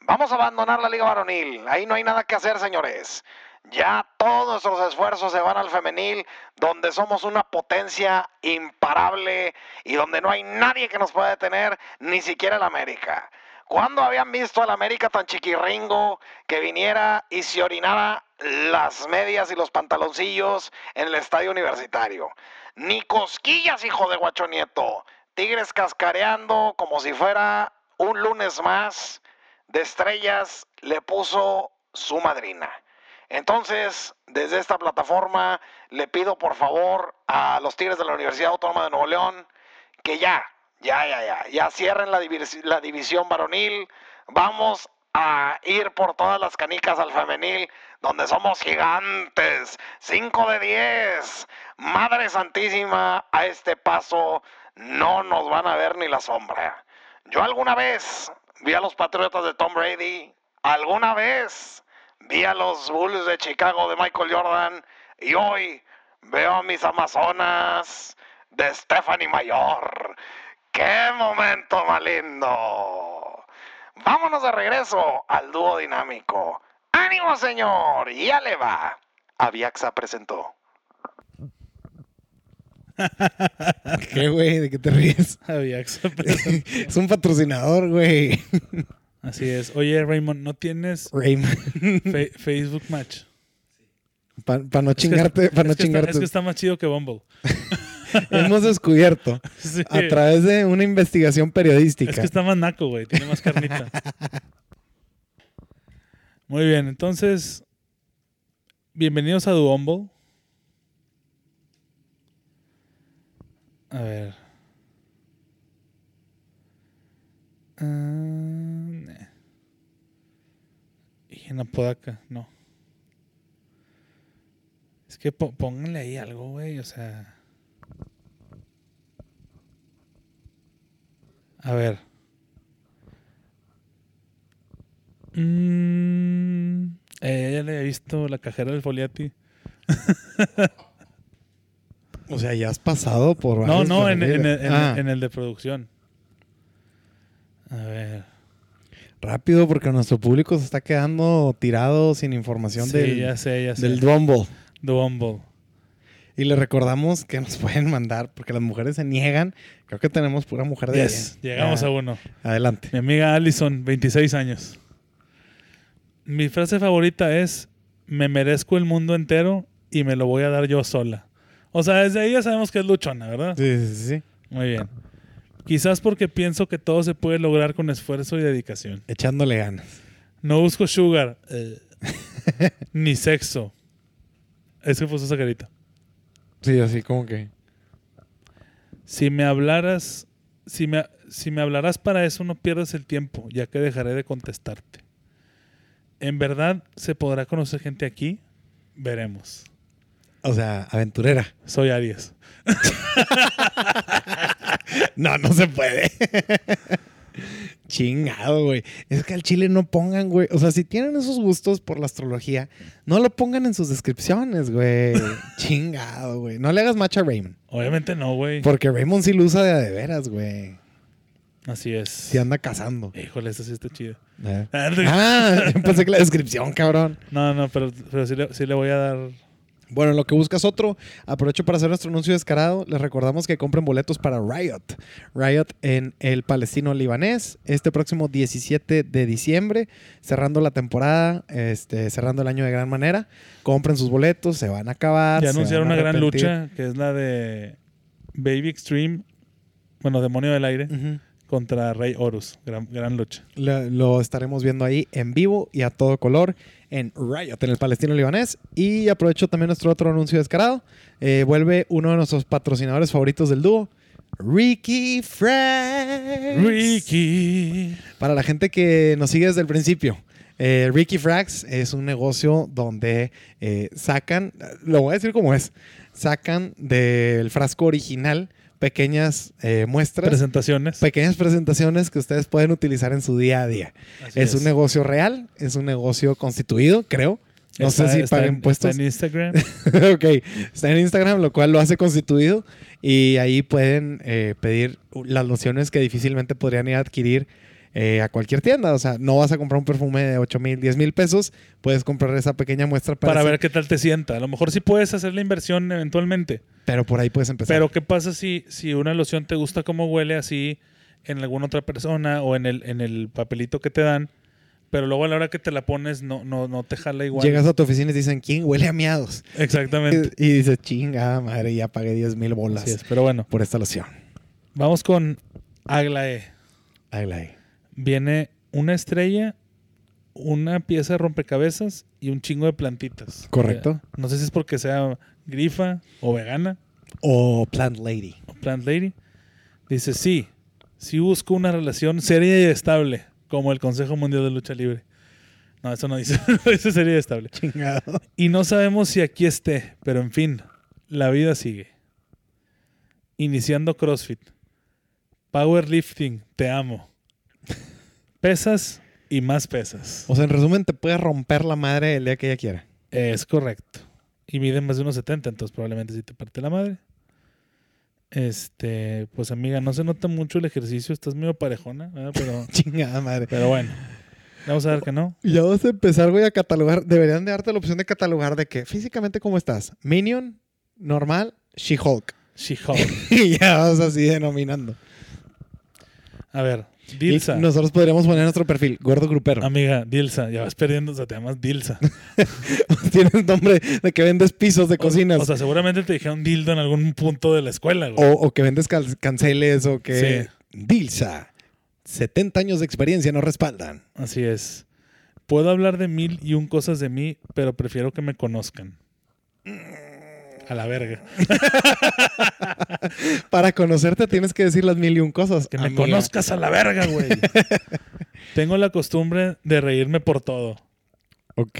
Speaker 1: Vamos a abandonar la liga varonil, ahí no hay nada que hacer, señores. Ya todos nuestros esfuerzos se van al femenil, donde somos una potencia imparable y donde no hay nadie que nos pueda detener, ni siquiera el América. ¿Cuándo habían visto al América tan chiquirringo que viniera y se orinara las medias y los pantaloncillos en el estadio universitario? Ni cosquillas, hijo de Guacho Nieto. Tigres cascareando como si fuera un lunes más de estrellas le puso su madrina. Entonces, desde esta plataforma le pido por favor a los Tigres de la Universidad Autónoma de Nuevo León que ya, ya, ya, ya, ya cierren la, divis- la división varonil. Vamos a ir por todas las canicas al femenil, donde somos gigantes. 5 de 10. Madre Santísima, a este paso no nos van a ver ni la sombra. Yo alguna vez vi a los Patriotas de Tom Brady, alguna vez vi a los Bulls de Chicago de Michael Jordan y hoy veo a mis Amazonas de Stephanie Mayor. ¡Qué momento más lindo! Vámonos de regreso al dúo dinámico. ¡Ánimo, señor! ¡Ya le va! Aviaxa presentó.
Speaker 2: ¿Qué, güey? ¿De qué te ríes?
Speaker 3: Aviaxa.
Speaker 2: es un patrocinador, güey.
Speaker 3: Así es. Oye, Raymond, ¿no tienes
Speaker 2: Raymond.
Speaker 3: Fe- Facebook Match?
Speaker 2: Para no
Speaker 3: Es que
Speaker 2: chingarte,
Speaker 3: está-
Speaker 2: para no
Speaker 3: es que está-
Speaker 2: chingarte.
Speaker 3: Es que está más chido que Bumble.
Speaker 2: Hemos descubierto
Speaker 3: Sí.
Speaker 2: a través de una investigación periodística.
Speaker 3: Es que está más naco, güey. Tiene más carnita. Muy bien, entonces. Bienvenidos a Duombo. A ver. Ah, nah. Y en Apodaca, no. Es que po- pónganle ahí algo, güey. O sea. A ver. Mm, eh, ya le había visto la cajera del Foliati.
Speaker 2: O sea, ya has pasado por.
Speaker 3: No,
Speaker 2: varios
Speaker 3: no, en, en-
Speaker 2: perfiles.
Speaker 3: en- en-
Speaker 2: Ah,
Speaker 3: en el de producción. A ver.
Speaker 2: Rápido, porque nuestro público se está quedando tirado sin información
Speaker 3: Sí,
Speaker 2: del,
Speaker 3: ya sé, ya sé.
Speaker 2: del Dumble.
Speaker 3: The Bumble.
Speaker 2: Y le recordamos que nos pueden mandar, porque las mujeres se niegan. Creo que tenemos pura mujer de
Speaker 3: Yes, llegamos
Speaker 2: Ah,
Speaker 3: a uno.
Speaker 2: Adelante.
Speaker 3: Mi amiga Allison, 26 años. Mi frase favorita es: Me merezco el mundo entero y me lo voy a dar yo sola. O sea, desde ahí ya sabemos que es luchona, ¿verdad?
Speaker 2: Sí, sí, sí.
Speaker 3: Muy bien. Quizás porque pienso que todo se puede lograr con esfuerzo y dedicación.
Speaker 2: Echándole ganas.
Speaker 3: No busco sugar. eh, ni sexo. Es que puso esa carita.
Speaker 2: Sí, así como que.
Speaker 3: Si me hablaras, si me, si me hablarás para eso, no pierdas el tiempo, ya que dejaré de contestarte. En verdad, se podrá conocer gente aquí. Veremos.
Speaker 2: O sea, aventurera.
Speaker 3: Soy Aries.
Speaker 2: No, no se puede. Chingado, güey. Es que al chile no pongan, güey. O sea, si tienen esos gustos por la astrología, no lo pongan en sus descripciones, güey. Chingado, güey. No le hagas macho a Raymond.
Speaker 3: Obviamente no, güey.
Speaker 2: Porque Raymond sí lo usa de a de veras, güey.
Speaker 3: Así es.
Speaker 2: Si anda cazando.
Speaker 3: Híjole, esa sí está chida.
Speaker 2: Eh. Ah, yo pensé que la descripción, cabrón.
Speaker 3: No, no, pero, pero sí, le, sí le voy a dar.
Speaker 2: Bueno, en lo que buscas otro, aprovecho para hacer nuestro anuncio descarado. Les recordamos que compren boletos para Riot. Riot en el Palestino Libanés, este próximo 17 de diciembre, cerrando la temporada, este, cerrando el año de gran manera. Compren sus boletos, se van a acabar.
Speaker 3: Ya
Speaker 2: se
Speaker 3: anunciaron
Speaker 2: van
Speaker 3: una
Speaker 2: a
Speaker 3: gran
Speaker 2: arrepentir.
Speaker 3: lucha, que es la de Baby Extreme, bueno, Demonio del Aire,
Speaker 2: Ujú.
Speaker 3: contra Rey Horus. Gran, gran lucha.
Speaker 2: La- lo estaremos viendo ahí en vivo y a todo color en Riot, en el Palestino Libanés. Y aprovecho también nuestro otro anuncio descarado. Eh, vuelve uno de nuestros patrocinadores favoritos del dúo, Ricky Frags.
Speaker 3: Ricky.
Speaker 2: Para la gente que nos sigue desde el principio. eh, Ricky Frags es un negocio donde eh, sacan, lo voy a decir como es, sacan del frasco original pequeñas eh, muestras,
Speaker 3: Presentaciones.
Speaker 2: pequeñas presentaciones que ustedes pueden utilizar en su día a día.
Speaker 3: Así
Speaker 2: Es, un negocio real, es un negocio constituido, creo. No sé si
Speaker 3: está
Speaker 2: pagan
Speaker 3: en-
Speaker 2: impuestos.
Speaker 3: Está en Instagram.
Speaker 2: ok, está en Instagram, lo cual lo hace constituido. Y ahí pueden eh, pedir las lociones que difícilmente podrían ir a adquirir eh, a cualquier tienda. O sea, no vas a comprar un perfume de 8 mil, 10 mil pesos. Puedes comprar esa pequeña muestra para,
Speaker 3: para
Speaker 2: decir-
Speaker 3: ver qué tal te sienta. A lo mejor sí puedes hacer la inversión eventualmente.
Speaker 2: Pero por ahí puedes empezar.
Speaker 3: Pero ¿qué pasa si, si una loción te gusta como huele así en alguna otra persona o en el, en el papelito que te dan? Pero luego a la hora que te la pones no, no, no te jala igual.
Speaker 2: Llegas a tu oficina y te dicen, ¿quién huele a miados?
Speaker 3: Exactamente.
Speaker 2: Y, y dices, chinga madre, ya pagué 10 mil bolas
Speaker 3: Así es. Pero bueno,
Speaker 2: por esta loción.
Speaker 3: vamos con Aglae.
Speaker 2: Ahí la hay.
Speaker 3: Viene una estrella, una pieza de rompecabezas y un chingo de plantitas.
Speaker 2: Correcto.
Speaker 3: Eh, No sé si es porque sea grifa o vegana.
Speaker 2: O Plant Lady.
Speaker 3: Plant Lady. Dice, sí, sí busco una relación seria y estable, como el Consejo Mundial de Lucha Libre. No, eso no dice, no dice seria y estable.
Speaker 2: Chingado.
Speaker 3: Y no sabemos si aquí esté, pero en fin, la vida sigue. Iniciando CrossFit. Powerlifting, te amo. Pesas y más pesas.
Speaker 2: O sea, en resumen, te puedes romper la madre el día que ella quiera.
Speaker 3: Es correcto. Y mide más de unos 70, entonces probablemente si te parte la madre. Este, pues amiga, no se nota mucho el ejercicio, estás medio parejona, ¿verdad? pero,
Speaker 2: Chingada madre.
Speaker 3: pero bueno. Vamos a ver que no.
Speaker 2: Ya vas a empezar, güey, a catalogar. Deberían de darte la opción de catalogar de que físicamente cómo estás. Minion, normal, She-Hulk.
Speaker 3: She-Hulk.
Speaker 2: y ya vas así denominando.
Speaker 3: A ver,
Speaker 2: Y
Speaker 3: Dilsa.
Speaker 2: nosotros podríamos poner nuestro perfil, gordo grupero.
Speaker 3: Amiga, Dilsa, ya vas perdiendo, o sea, te llamas Dilsa.
Speaker 2: Tienes nombre de que vendes pisos de cocinas.
Speaker 3: O
Speaker 2: O,
Speaker 3: sea, seguramente te dijeron dildo en algún punto de la escuela, güey.
Speaker 2: o que vendes cal- canceles o que... Dilsa. 70 años de experiencia no respaldan.
Speaker 3: Así es. Puedo hablar de mil y un cosas de mí, pero prefiero que me conozcan. A la verga.
Speaker 2: Para conocerte tienes que decir las mil y un cosas.
Speaker 3: Que me
Speaker 2: amiga.
Speaker 3: conozcas a la verga, güey. Tengo la costumbre de reírme por todo.
Speaker 2: Ok.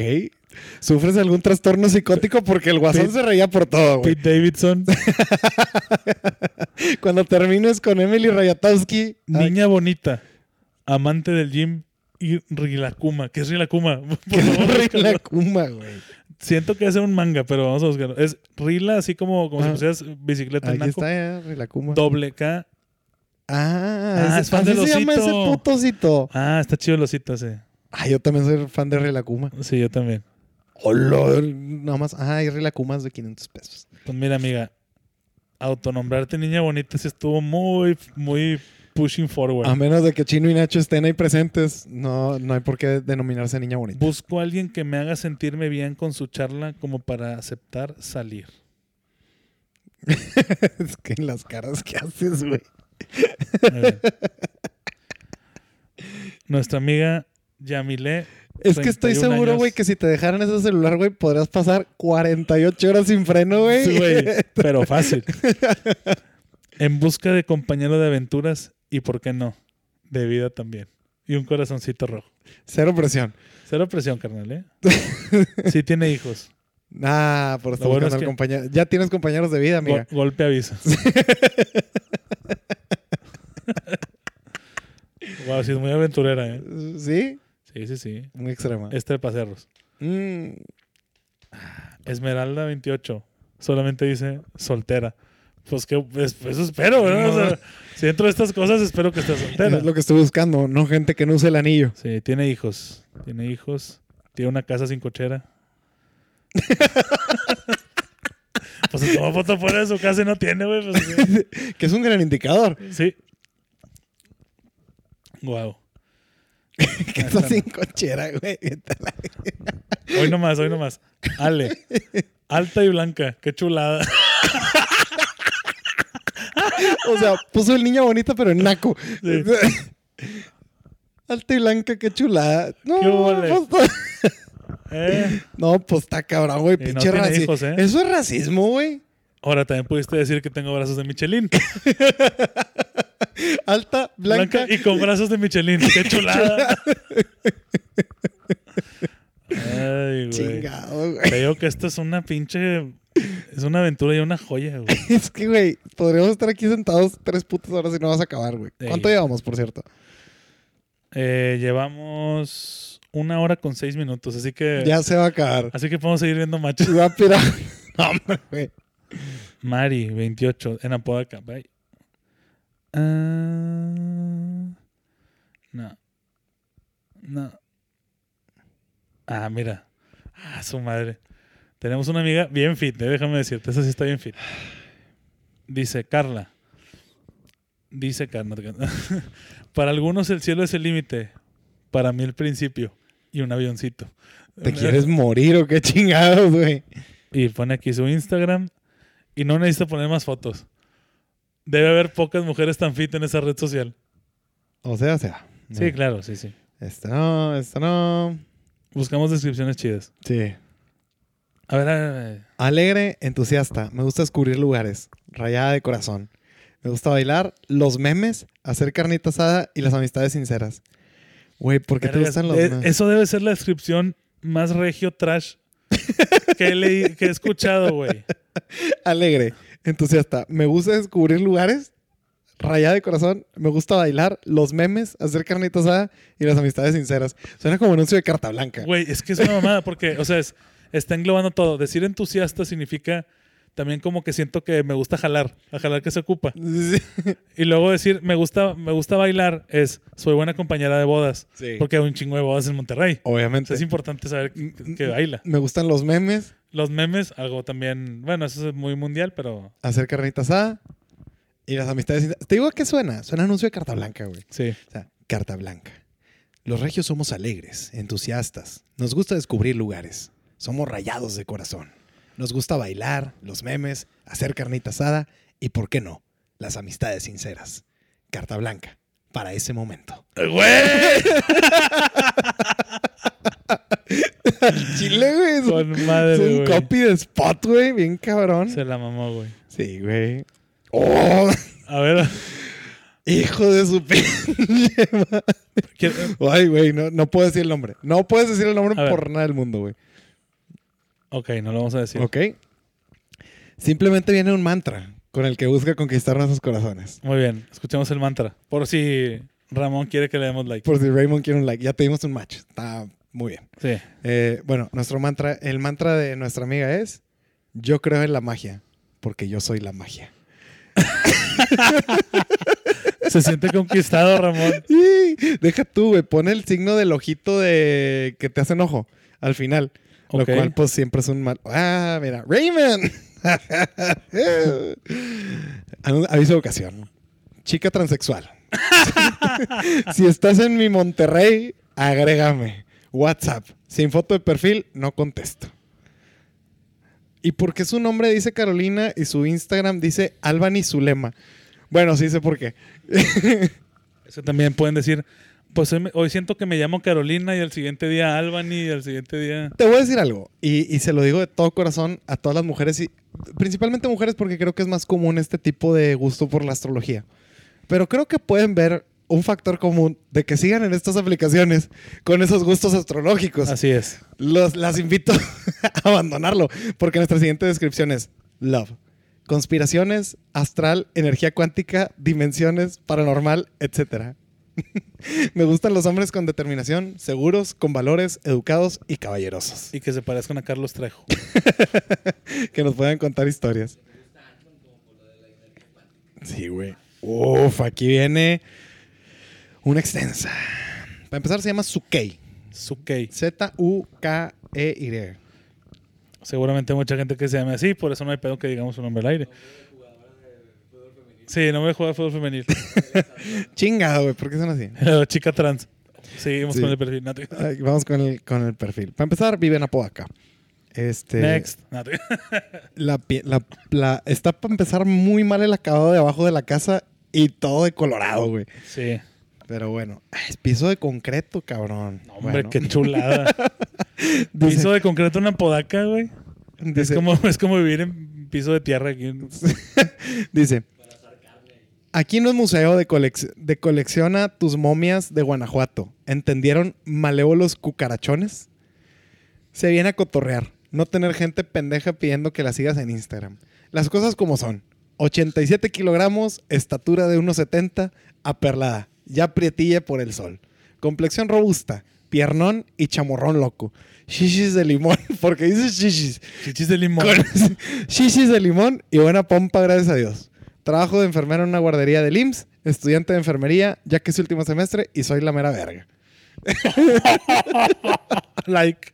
Speaker 2: ¿Sufres algún trastorno psicótico? Porque el guasón
Speaker 3: Pete-
Speaker 2: se reía por todo, güey.
Speaker 3: Pete Davidson,
Speaker 2: Cuando termines con Emily Rayatowski,
Speaker 3: niña bonita, amante del gym y Rilakuma. ¿Qué es Rilakuma? Por favor, búscalo.
Speaker 2: la Kuma, güey.
Speaker 3: Siento que es un manga, pero vamos a buscarlo. Es Rila, así como, como si
Speaker 2: Ah.
Speaker 3: pusieras bicicleta en
Speaker 2: Aquí
Speaker 3: naco.
Speaker 2: está, eh, Rey la Kuma.
Speaker 3: Doble K.
Speaker 2: Ah,
Speaker 3: Ah,
Speaker 2: ese-
Speaker 3: es fan
Speaker 2: así
Speaker 3: del
Speaker 2: se llama
Speaker 3: osito.
Speaker 2: ese puto osito.
Speaker 3: Ah, está chido el osito ese.
Speaker 2: Ah, yo también soy fan de Rey la Kuma.
Speaker 3: Sí, yo también.
Speaker 2: Hola, nada más. Ah, y Rey la Kuma es de 500 pesos.
Speaker 3: Pues mira, amiga, autonombrarte niña bonita sí estuvo muy, muy pushing forward.
Speaker 2: A menos de que Chino y Nacho estén ahí presentes, no, no hay por qué denominarse niña bonita.
Speaker 3: Busco a alguien que me haga sentirme bien con su charla como para aceptar salir.
Speaker 2: es que las caras que haces, güey.
Speaker 3: Muy bien. Nuestra amiga Yamile.
Speaker 2: Es que estoy
Speaker 3: 31
Speaker 2: seguro,
Speaker 3: años.
Speaker 2: güey, que si te dejaran ese celular, güey, podrías pasar 48 horas sin freno, güey.
Speaker 3: Sí, güey, pero fácil. En busca de compañero de aventuras y, ¿por qué no? De vida también. Y un corazoncito rojo.
Speaker 2: Cero presión.
Speaker 3: Cero presión, carnal, ¿eh? Sí tiene hijos.
Speaker 2: Ah, por estar
Speaker 3: Lo
Speaker 2: buscando
Speaker 3: bueno es
Speaker 2: al
Speaker 3: que-
Speaker 2: compañero. Ya tienes compañeros de vida,
Speaker 3: Go-
Speaker 2: mira.
Speaker 3: golpe aviso. wow, sí es muy aventurera, ¿eh?
Speaker 2: ¿Sí?
Speaker 3: Sí, sí, sí.
Speaker 2: Muy extrema.
Speaker 3: Este de pasearlos.
Speaker 2: Mm,
Speaker 3: Esmeralda 28. Solamente dice soltera. Pues que es- eso espero, ¿verdad? O sea, si dentro de estas cosas espero que estés soltera.
Speaker 2: es lo que estoy buscando, no gente que no use el anillo.
Speaker 3: Sí, tiene hijos. Tiene hijos. Tiene una casa sin cochera. pues se tomó foto fuera de su casa y no tiene, güey. pues, sí.
Speaker 2: Que es un gran indicador.
Speaker 3: sí. Wow.
Speaker 2: Que está sin cochera, güey.
Speaker 3: Hoy nomás, hoy nomás. Ale. Alta y blanca. Qué chulada.
Speaker 2: O sea, puso el niño bonita, pero en naco.
Speaker 3: Sí.
Speaker 2: Alta y blanca, qué chulada. No,
Speaker 3: ¿Qué hubo,
Speaker 2: pues,
Speaker 3: Eh.
Speaker 2: no, pues está cabrón, güey.
Speaker 3: Y no
Speaker 2: Pinche
Speaker 3: tiene
Speaker 2: racismo.
Speaker 3: hijos, ¿eh?
Speaker 2: Eso es racismo, güey.
Speaker 3: Ahora también pudiste decir que tengo brazos de Michelin.
Speaker 2: Alta, blanca.
Speaker 3: Blanca, y con brazos de Michelin. Qué chulada. Ay, güey.
Speaker 2: Chingado, güey.
Speaker 3: Te digo que esto es una pinche. Es una aventura y una joya, güey.
Speaker 2: Es que, güey, podríamos estar aquí sentados tres putas horas y no vas a acabar, güey.
Speaker 3: Sí.
Speaker 2: ¿Cuánto llevamos, por cierto?
Speaker 3: Eh, llevamos una hora con seis minutos, así que.
Speaker 2: Ya se va a acabar.
Speaker 3: Así que podemos seguir viendo matches.
Speaker 2: Se va a pirar. No, hombre, güey.
Speaker 3: Mari, 28, en Apodaca. Bye. Ah, no. No. Ah, mira. Ah, su madre. Tenemos una amiga bien fit, eh, déjame decirte. Esa sí está bien fit. Dice Carla. Dice Carla. Para algunos el cielo es el límite. Para mí el principio. Y un avioncito.
Speaker 2: ¿Te quieres morir o qué chingados, güey?
Speaker 3: Y pone aquí su Instagram. Y no necesita poner más fotos. Debe haber pocas mujeres tan fit en esa red social.
Speaker 2: O sea, o sea.
Speaker 3: Sí, claro, sí, sí.
Speaker 2: Esta no, esta no.
Speaker 3: Buscamos descripciones chidas.
Speaker 2: Sí.
Speaker 3: A ver, a ver, a ver.
Speaker 2: Alegre, entusiasta. Me gusta descubrir lugares. Rayada de corazón. Me gusta bailar, los memes, hacer carnita asada y las amistades sinceras. Güey, ¿por qué te
Speaker 3: Vergas,
Speaker 2: gustan los
Speaker 3: eh,
Speaker 2: memes?
Speaker 3: Eso debe ser la descripción más regio trash que he, leí- que he escuchado, güey.
Speaker 2: Alegre, entusiasta. Me gusta descubrir lugares. Rayada de corazón. Me gusta bailar, los memes, hacer carnita asada y las amistades sinceras. Suena como anuncio de carta blanca.
Speaker 3: Güey, es que es una mamada porque, o sea, es- está englobando todo. Decir entusiasta significa también como que siento que me gusta jalar, a jalar que se ocupa. Y luego decir me gusta, me gusta bailar es soy buena compañera de bodas.
Speaker 2: Sí. Mm,
Speaker 3: Porque hay un chingo de bodas en Monterrey. O
Speaker 2: Obviamente.
Speaker 3: sea, es importante saber que, que baila.
Speaker 2: Me gustan los memes,
Speaker 3: Los memes, algo también. Bueno, eso es muy mundial, pero
Speaker 2: hacer carnita asada y las amistades sinceras. Te digo a qué suena. Suena anuncio de carta blanca, güey.
Speaker 3: sí.
Speaker 2: O sea, carta blanca. Los regios somos alegres, entusiastas. Nos gusta descubrir lugares. Somos rayados de corazón. Nos gusta bailar, los memes, hacer carnita asada y, ¿por qué no? Las amistades sinceras. Carta blanca. Para ese momento.
Speaker 3: ¡Güey!
Speaker 2: Chile, güey. Es un,
Speaker 3: Con madre,
Speaker 2: es un
Speaker 3: güey.
Speaker 2: copy de spot, güey. Bien cabrón.
Speaker 3: Se la mamó, güey.
Speaker 2: Sí, güey. ¡Oh!
Speaker 3: A ver,
Speaker 2: Hijo de su pinche madre.
Speaker 3: quiero-
Speaker 2: Ay, güey. No, no puedo decir el nombre. No puedes decir el nombre
Speaker 3: A ver.
Speaker 2: por nada del mundo, güey.
Speaker 3: ok, no lo vamos a decir.
Speaker 2: Ok. Simplemente viene un mantra con el que busca conquistar nuestros corazones.
Speaker 3: Muy bien, escuchemos el mantra. Por si Ramón quiere que le demos like.
Speaker 2: Por si Raymond quiere un like, ya pedimos un match. Está muy bien.
Speaker 3: Sí.
Speaker 2: Eh, bueno, nuestro mantra, el mantra de nuestra amiga es: Yo creo en la magia, porque yo soy la magia.
Speaker 3: Se siente conquistado, Ramón.
Speaker 2: Y deja tú, güey, pone el signo del ojito de que te hace enojo al final.
Speaker 3: Ok.
Speaker 2: Lo cual, pues, siempre es un mal. Ah, mira, Raymond. Anu- Aviso de ocasión. Chica transexual. si estás en mi Monterrey, agrégame. WhatsApp. Sin foto de perfil, no contesto. ¿Y por qué su nombre dice Carolina y su Instagram dice Albany Zulema? Bueno, sí sé por qué.
Speaker 3: Eso también pueden decir, pues hoy, me- hoy siento que me llamo Carolina y al siguiente día Albany y al siguiente día...
Speaker 2: Te voy a decir algo, y, y se lo digo de todo corazón a todas las mujeres, y principalmente mujeres porque creo que es más común este tipo de gusto por la astrología. Pero creo que pueden ver un factor común de que sigan en estas aplicaciones con esos gustos astrológicos.
Speaker 3: Así es.
Speaker 2: Los, las invito a abandonarlo, porque nuestra siguiente descripción es Love. Conspiraciones, astral, energía cuántica, dimensiones, paranormal, etc. Me gustan los hombres con determinación, seguros, con valores, educados y caballerosos.
Speaker 3: Y que se parezcan a Carlos Trejo.
Speaker 2: Que nos puedan contar historias. Sí, güey. Uf, aquí viene una extensa. Para empezar se llama Sukey.
Speaker 3: Sukey.
Speaker 2: Z-U-K-E-Y.
Speaker 3: Seguramente hay mucha gente que se llame así, por eso no hay pedo que digamos su nombre al aire. Sí, no me juega fútbol femenil.
Speaker 2: Chingado, güey, ¿por qué son así?
Speaker 3: Chica trans. Seguimos
Speaker 2: Sí.
Speaker 3: con el perfil. Nati.
Speaker 2: Ay, Vamos con el, con el perfil. Para empezar, vive en Apodaca. Este,
Speaker 3: Next. Nati.
Speaker 2: La, pie- la- la- está para empezar muy mal el acabado de abajo de la casa y todo de colorado, güey.
Speaker 3: Sí.
Speaker 2: Pero bueno, ay, es piso de concreto, cabrón.
Speaker 3: No, hombre,
Speaker 2: Bueno,
Speaker 3: qué chulada.
Speaker 2: dice-
Speaker 3: Piso de concreto una podaca, güey. Es
Speaker 2: dice-
Speaker 3: como, es como vivir en piso de tierra aquí. en-
Speaker 2: Dice, aquí no es museo de, colec- de colecciona tus momias de Guanajuato. ¿Entendieron malévolos cucarachones? Se viene a cotorrear, no tener gente pendeja pidiendo que la sigas en Instagram. Las cosas como son. 87 kilogramos, estatura de 1,70, aperlada, ya prietilla por el sol. Complexión robusta, piernón y chamorrón loco. Shishis de limón, porque dices shishis.
Speaker 3: Chichis de limón.
Speaker 2: Con shishis de limón y buena pompa, gracias a Dios. Trabajo de enfermera en una guardería del IMSS, estudiante de enfermería, ya que es su último semestre y soy la mera verga.
Speaker 3: Like.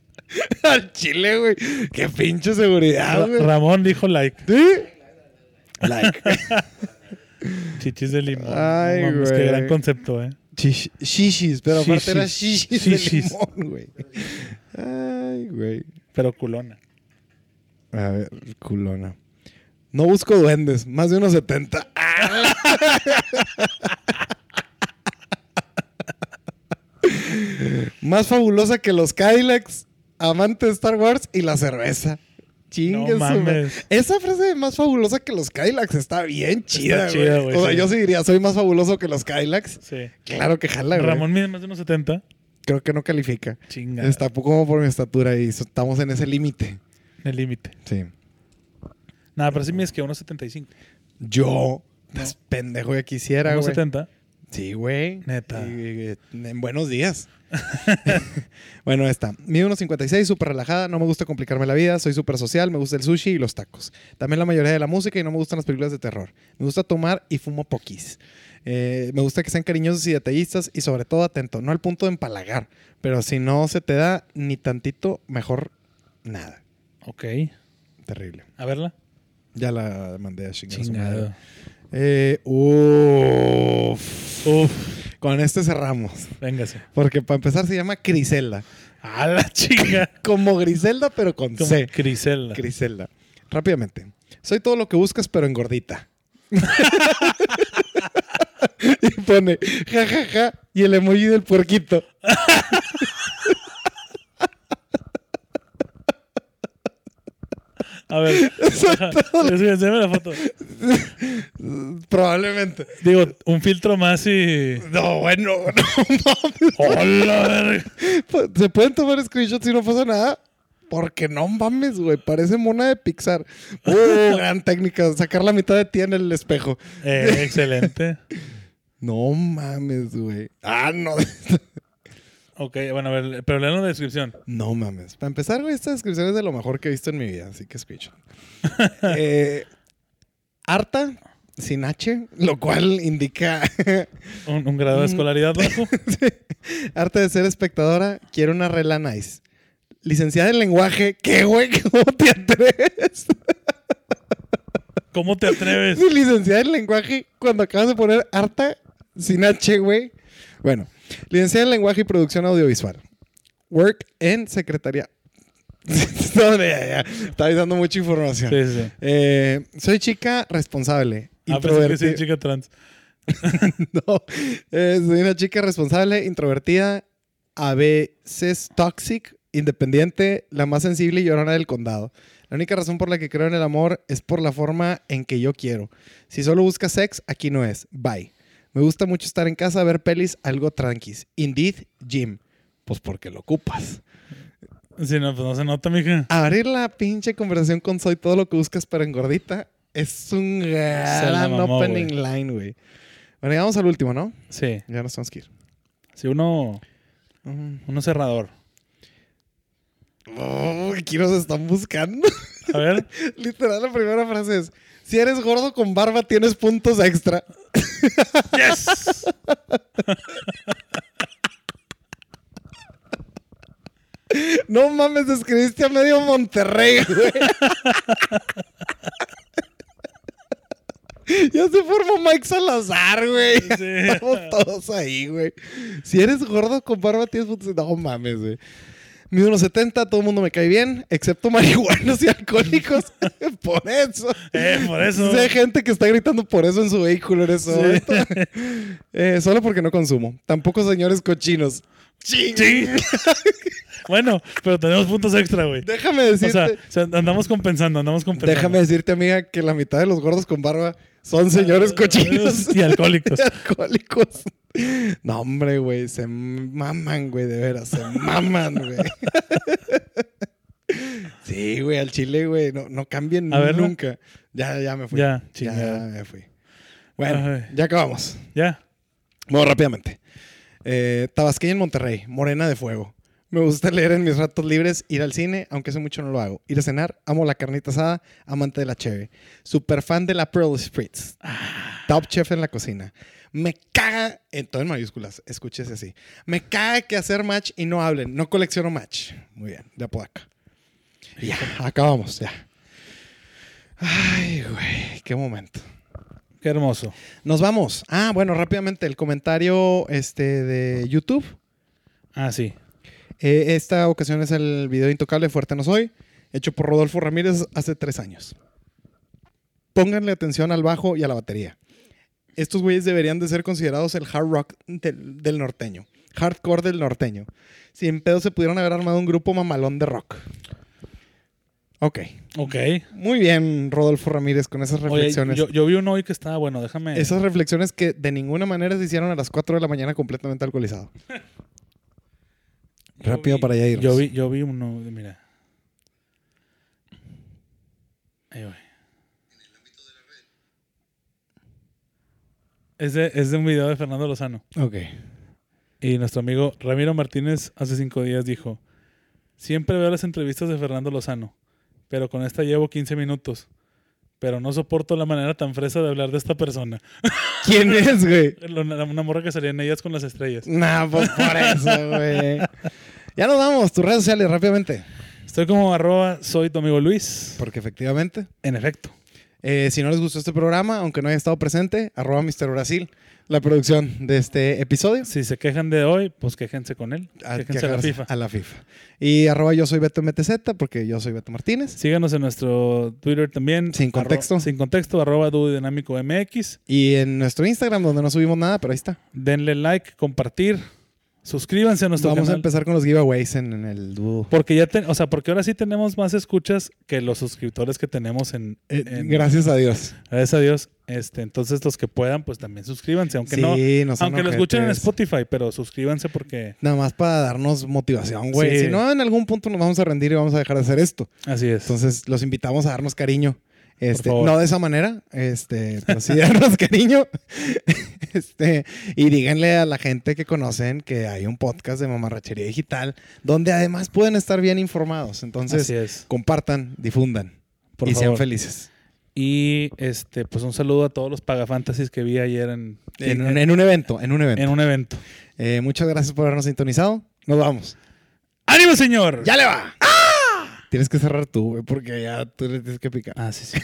Speaker 2: Al chile, güey. Qué pinche seguridad,
Speaker 3: Ra-
Speaker 2: Ah, güey.
Speaker 3: Ramón dijo like.
Speaker 2: ¿Sí? Like.
Speaker 3: Chichis de limón.
Speaker 2: Ay,
Speaker 3: No mames,
Speaker 2: güey.
Speaker 3: Qué gran concepto, eh.
Speaker 2: Shish- Shishis, pero aparte era
Speaker 3: Shishis.
Speaker 2: shishis de
Speaker 3: Shishis.
Speaker 2: limón, güey. Ay, güey.
Speaker 3: Pero culona.
Speaker 2: A ver, culona. No busco duendes, más de unos 70. más fabulosa que los Cadillacs, amante de Star Wars y la cerveza. Chingue
Speaker 3: No
Speaker 2: su ma-
Speaker 3: mames.
Speaker 2: Esa frase de más fabulosa que los Cadillacs está bien chida,
Speaker 3: chida,
Speaker 2: güey.
Speaker 3: güey,
Speaker 2: O sea,
Speaker 3: sí.
Speaker 2: yo sí diría, soy más fabuloso que los Cadillacs.
Speaker 3: Sí.
Speaker 2: Claro que jala, güey.
Speaker 3: Ramón mide más de unos 70.
Speaker 2: Creo que no califica.
Speaker 3: Chinga.
Speaker 2: Está como por mi estatura y so- estamos en ese límite.
Speaker 3: En el límite.
Speaker 2: Sí.
Speaker 3: Nada, pero sí mides que unos 75.
Speaker 2: Yo. Estás pendejo que quisiera,
Speaker 3: Unos
Speaker 2: güey.
Speaker 3: 70.
Speaker 2: Sí, güey.
Speaker 3: Neta.
Speaker 2: Y- y- en buenos días. bueno, esta. Mide 1.56, súper relajada. No me gusta complicarme la vida. Soy súper social. Me gusta el sushi y los tacos. También la mayoría de la música y no me gustan las películas de terror. Me gusta tomar y fumo poquis. Eh, me gusta que sean cariñosos y detallistas y sobre todo atento. No al punto de empalagar. Pero si no se te da ni tantito, mejor nada.
Speaker 3: Ok.
Speaker 2: Terrible.
Speaker 3: A verla.
Speaker 2: Ya la mandé a chingar a su madre.
Speaker 3: Chingado.
Speaker 2: Eh, uf. Uf. Con este cerramos.
Speaker 3: Véngase.
Speaker 2: Porque para empezar se llama Criselda.
Speaker 3: A la chinga.
Speaker 2: Como Griselda, pero con
Speaker 3: Como
Speaker 2: C.
Speaker 3: Criselda.
Speaker 2: Criselda. Rápidamente. Soy todo lo que buscas, pero engordita. y pone jajaja y el emoji del puerquito.
Speaker 3: A ver. Enséñame la foto.
Speaker 2: Probablemente.
Speaker 3: Digo, un filtro más y.
Speaker 2: No, bueno, no
Speaker 3: ¡Hola, verga!
Speaker 2: mames. Se pueden tomar screenshots y no pasa nada. Porque no mames, güey. Parece mona de Pixar. Uh, gran técnica. Sacar la mitad de ti en el espejo.
Speaker 3: Eh, excelente.
Speaker 2: No mames, güey. Ah, no.
Speaker 3: Ok, bueno, a ver, pero lean la descripción.
Speaker 2: No mames. Para empezar, güey, esta descripción es de lo mejor que he visto en mi vida, así que escucho. Eh, harta, sin H, lo cual indica
Speaker 3: Un, un
Speaker 2: Mm.
Speaker 3: grado de escolaridad bajo.
Speaker 2: harta de ser espectadora, quiero una regla nice. Licenciada en lenguaje, ¿qué, güey? ¿Cómo te atreves?
Speaker 3: ¿Cómo te atreves?
Speaker 2: Licenciada en lenguaje, cuando acabas de poner harta, sin H, güey. Bueno, licenciada en lenguaje y producción audiovisual. Work en secretaría. No, ya, ya. Estaba dando mucha información.
Speaker 3: Sí, sí.
Speaker 2: Eh, soy chica responsable.
Speaker 3: Ah, pensé que soy
Speaker 2: introvertida.
Speaker 3: chica trans.
Speaker 2: No, eh, soy una chica responsable, introvertida, a veces toxic, independiente, la más sensible y llorona del condado. La única razón por la que creo en el amor es por la forma en que yo quiero. Si solo buscas sex, aquí no es. Bye. Me gusta mucho estar en casa, ver pelis, algo tranquis. Indeed, Jim. Pues porque lo ocupas.
Speaker 3: Sí, no, pues no se nota, mija.
Speaker 2: Abrir la pinche conversación con soy todo lo que buscas para engordita es un gran
Speaker 3: mamó,
Speaker 2: opening line, güey. Bueno, ya vamos al último, ¿no?
Speaker 3: Sí.
Speaker 2: Ya nos tenemos que ir.
Speaker 3: Sí, uno, uno cerrador.
Speaker 2: Oh, aquí nos están buscando.
Speaker 3: A ver.
Speaker 2: Literal, la primera frase es: Si eres gordo con barba, tienes puntos extra.
Speaker 3: ¡Yes!
Speaker 2: No mames, escribiste a medio Monterrey, güey. ya se formó Mike Salazar, güey.
Speaker 3: Sí.
Speaker 2: Estamos todos ahí, güey. Si eres gordo con barba, tienes puntos extra. No mames, güey. Mi 1.70, todo el mundo me cae bien, excepto marihuanos y alcohólicos. Por eso.
Speaker 3: Eh, por eso.
Speaker 2: Sé gente que está gritando por eso en su vehículo en ese momento. Eh, solo porque no consumo. Tampoco señores cochinos. Ching.
Speaker 3: Bueno, pero tenemos puntos extra, güey.
Speaker 2: Déjame
Speaker 3: O
Speaker 2: decirte.
Speaker 3: sea, o sea, andamos compensando, andamos compensando.
Speaker 2: déjame decirte, amiga, que la mitad de los gordos con barba son señores cochinos.
Speaker 3: Ah, Y alcohólicos.
Speaker 2: Y alcohólicos. No, hombre, güey. Se maman, güey, de veras. Se maman, güey. Sí, güey, al chile, güey. No, no cambien
Speaker 3: A verla.
Speaker 2: nunca. Ya, ya me fui.
Speaker 3: Ya,
Speaker 2: ya,
Speaker 3: chingada.
Speaker 2: me fui. Bueno,
Speaker 3: Ay.
Speaker 2: ya acabamos.
Speaker 3: Ya.
Speaker 2: Bueno, rápidamente. Eh, Tabasqueña en Monterrey, Morena de Fuego. Me gusta leer en mis ratos libres, ir al cine, aunque hace mucho no lo hago. Ir a cenar, amo la carnita asada, amante de la cheve. Super fan de la Pearl Spritz. Top chef en la cocina. Me caga, en todo en mayúsculas, escúchese así. Me caga que hacer match y no hablen. No colecciono match. Muy bien, de Apodaca. Y Ya, acabamos, ya. Ay, güey, qué momento.
Speaker 3: Qué hermoso.
Speaker 2: Nos vamos. Ah, bueno, rápidamente el comentario este, de YouTube.
Speaker 3: Ah, sí.
Speaker 2: Eh, esta ocasión es el video Intocable Fuerte No Soy, hecho por Rodolfo Ramírez hace tres años. Pónganle atención al bajo y a la batería. Estos güeyes deberían de ser considerados el hard rock del, del norteño. Hardcore del norteño. Sin pedo se pudieron haber armado un grupo mamalón de rock. Ok.
Speaker 3: Ok.
Speaker 2: Muy bien, Rodolfo Ramírez, con esas
Speaker 3: Oye,
Speaker 2: reflexiones.
Speaker 3: yo, yo vi uno hoy que estaba bueno, déjame.
Speaker 2: Esas reflexiones que de ninguna manera se hicieron a las 4 de la mañana completamente alcoholizado.
Speaker 3: Yo
Speaker 2: rápido
Speaker 3: vi-
Speaker 2: para ya irnos.
Speaker 3: Yo vi, yo vi uno, mira. Ahí voy. Es de, es de un video de Fernando Lozano.
Speaker 2: Ok.
Speaker 3: Y nuestro amigo Ramiro Martínez hace cinco días dijo: Siempre veo las entrevistas de Fernando Lozano, pero con esta llevo 15 minutos. Pero no soporto la manera tan fresa de hablar de esta persona.
Speaker 2: ¿Quién es, güey?
Speaker 3: Lo- la- Una morra que salía en ellas con las estrellas.
Speaker 2: Nah, pues por eso, güey. Ya nos vamos, tus redes sociales rápidamente.
Speaker 3: Estoy como arroba, soy tu amigo Luis.
Speaker 2: Porque efectivamente,
Speaker 3: En efecto.
Speaker 2: eh, si no les gustó este programa, aunque no haya estado presente, arroba Mr. Brasil, la producción de este episodio.
Speaker 3: Si se quejan de hoy, pues quéjense con él.
Speaker 2: A,
Speaker 3: Quéjense a la
Speaker 2: quejarse
Speaker 3: FIFA.
Speaker 2: a la FIFA. Y arroba yo soy Beto MTZ, porque yo soy Beto Martínez.
Speaker 3: Síganos en nuestro Twitter también.
Speaker 2: Sin contexto.
Speaker 3: Arro- sin contexto, arroba Dúo Dinámico MX.
Speaker 2: Y en nuestro Instagram, donde no subimos nada, pero ahí está.
Speaker 3: Denle like, compartir. Suscríbanse a nuestro
Speaker 2: Vamos a
Speaker 3: canal.
Speaker 2: empezar con los giveaways en, en el dúo.
Speaker 3: Porque ya ten- o sea, porque ahora sí tenemos más escuchas que los suscriptores que tenemos en,
Speaker 2: Eh,
Speaker 3: en-
Speaker 2: gracias a Dios.
Speaker 3: gracias a Dios. Este, entonces los que puedan, pues también suscríbanse, aunque
Speaker 2: Sí,
Speaker 3: no,
Speaker 2: no sean
Speaker 3: aunque lo escuchen en
Speaker 2: ojetes.
Speaker 3: Spotify, pero suscríbanse porque
Speaker 2: Nada más para darnos motivación, güey.
Speaker 3: Sí.
Speaker 2: Si no, en algún punto nos vamos a rendir y vamos a dejar de hacer esto.
Speaker 3: así es.
Speaker 2: Entonces, los invitamos a darnos cariño. Este,
Speaker 3: favor.
Speaker 2: no de esa manera, este, pero sí darnos cariño. Este, y díganle a la gente que conocen que hay un podcast de mamarrachería digital donde además pueden estar bien informados. Entonces,
Speaker 3: así es.
Speaker 2: compartan, difundan
Speaker 3: Por
Speaker 2: y sean
Speaker 3: favor.
Speaker 2: felices.
Speaker 3: Y este, pues un saludo a todos los pagafantasis que vi ayer en,
Speaker 2: En, un- en un evento, en un evento.
Speaker 3: en un evento.
Speaker 2: Eh, muchas gracias por habernos sintonizado. Nos vamos.
Speaker 3: ¡Ánimo, señor!
Speaker 2: ¡Ya le va! Tienes que cerrar tú, güey, porque ya tú le tienes que picar.
Speaker 3: Ah, sí, sí.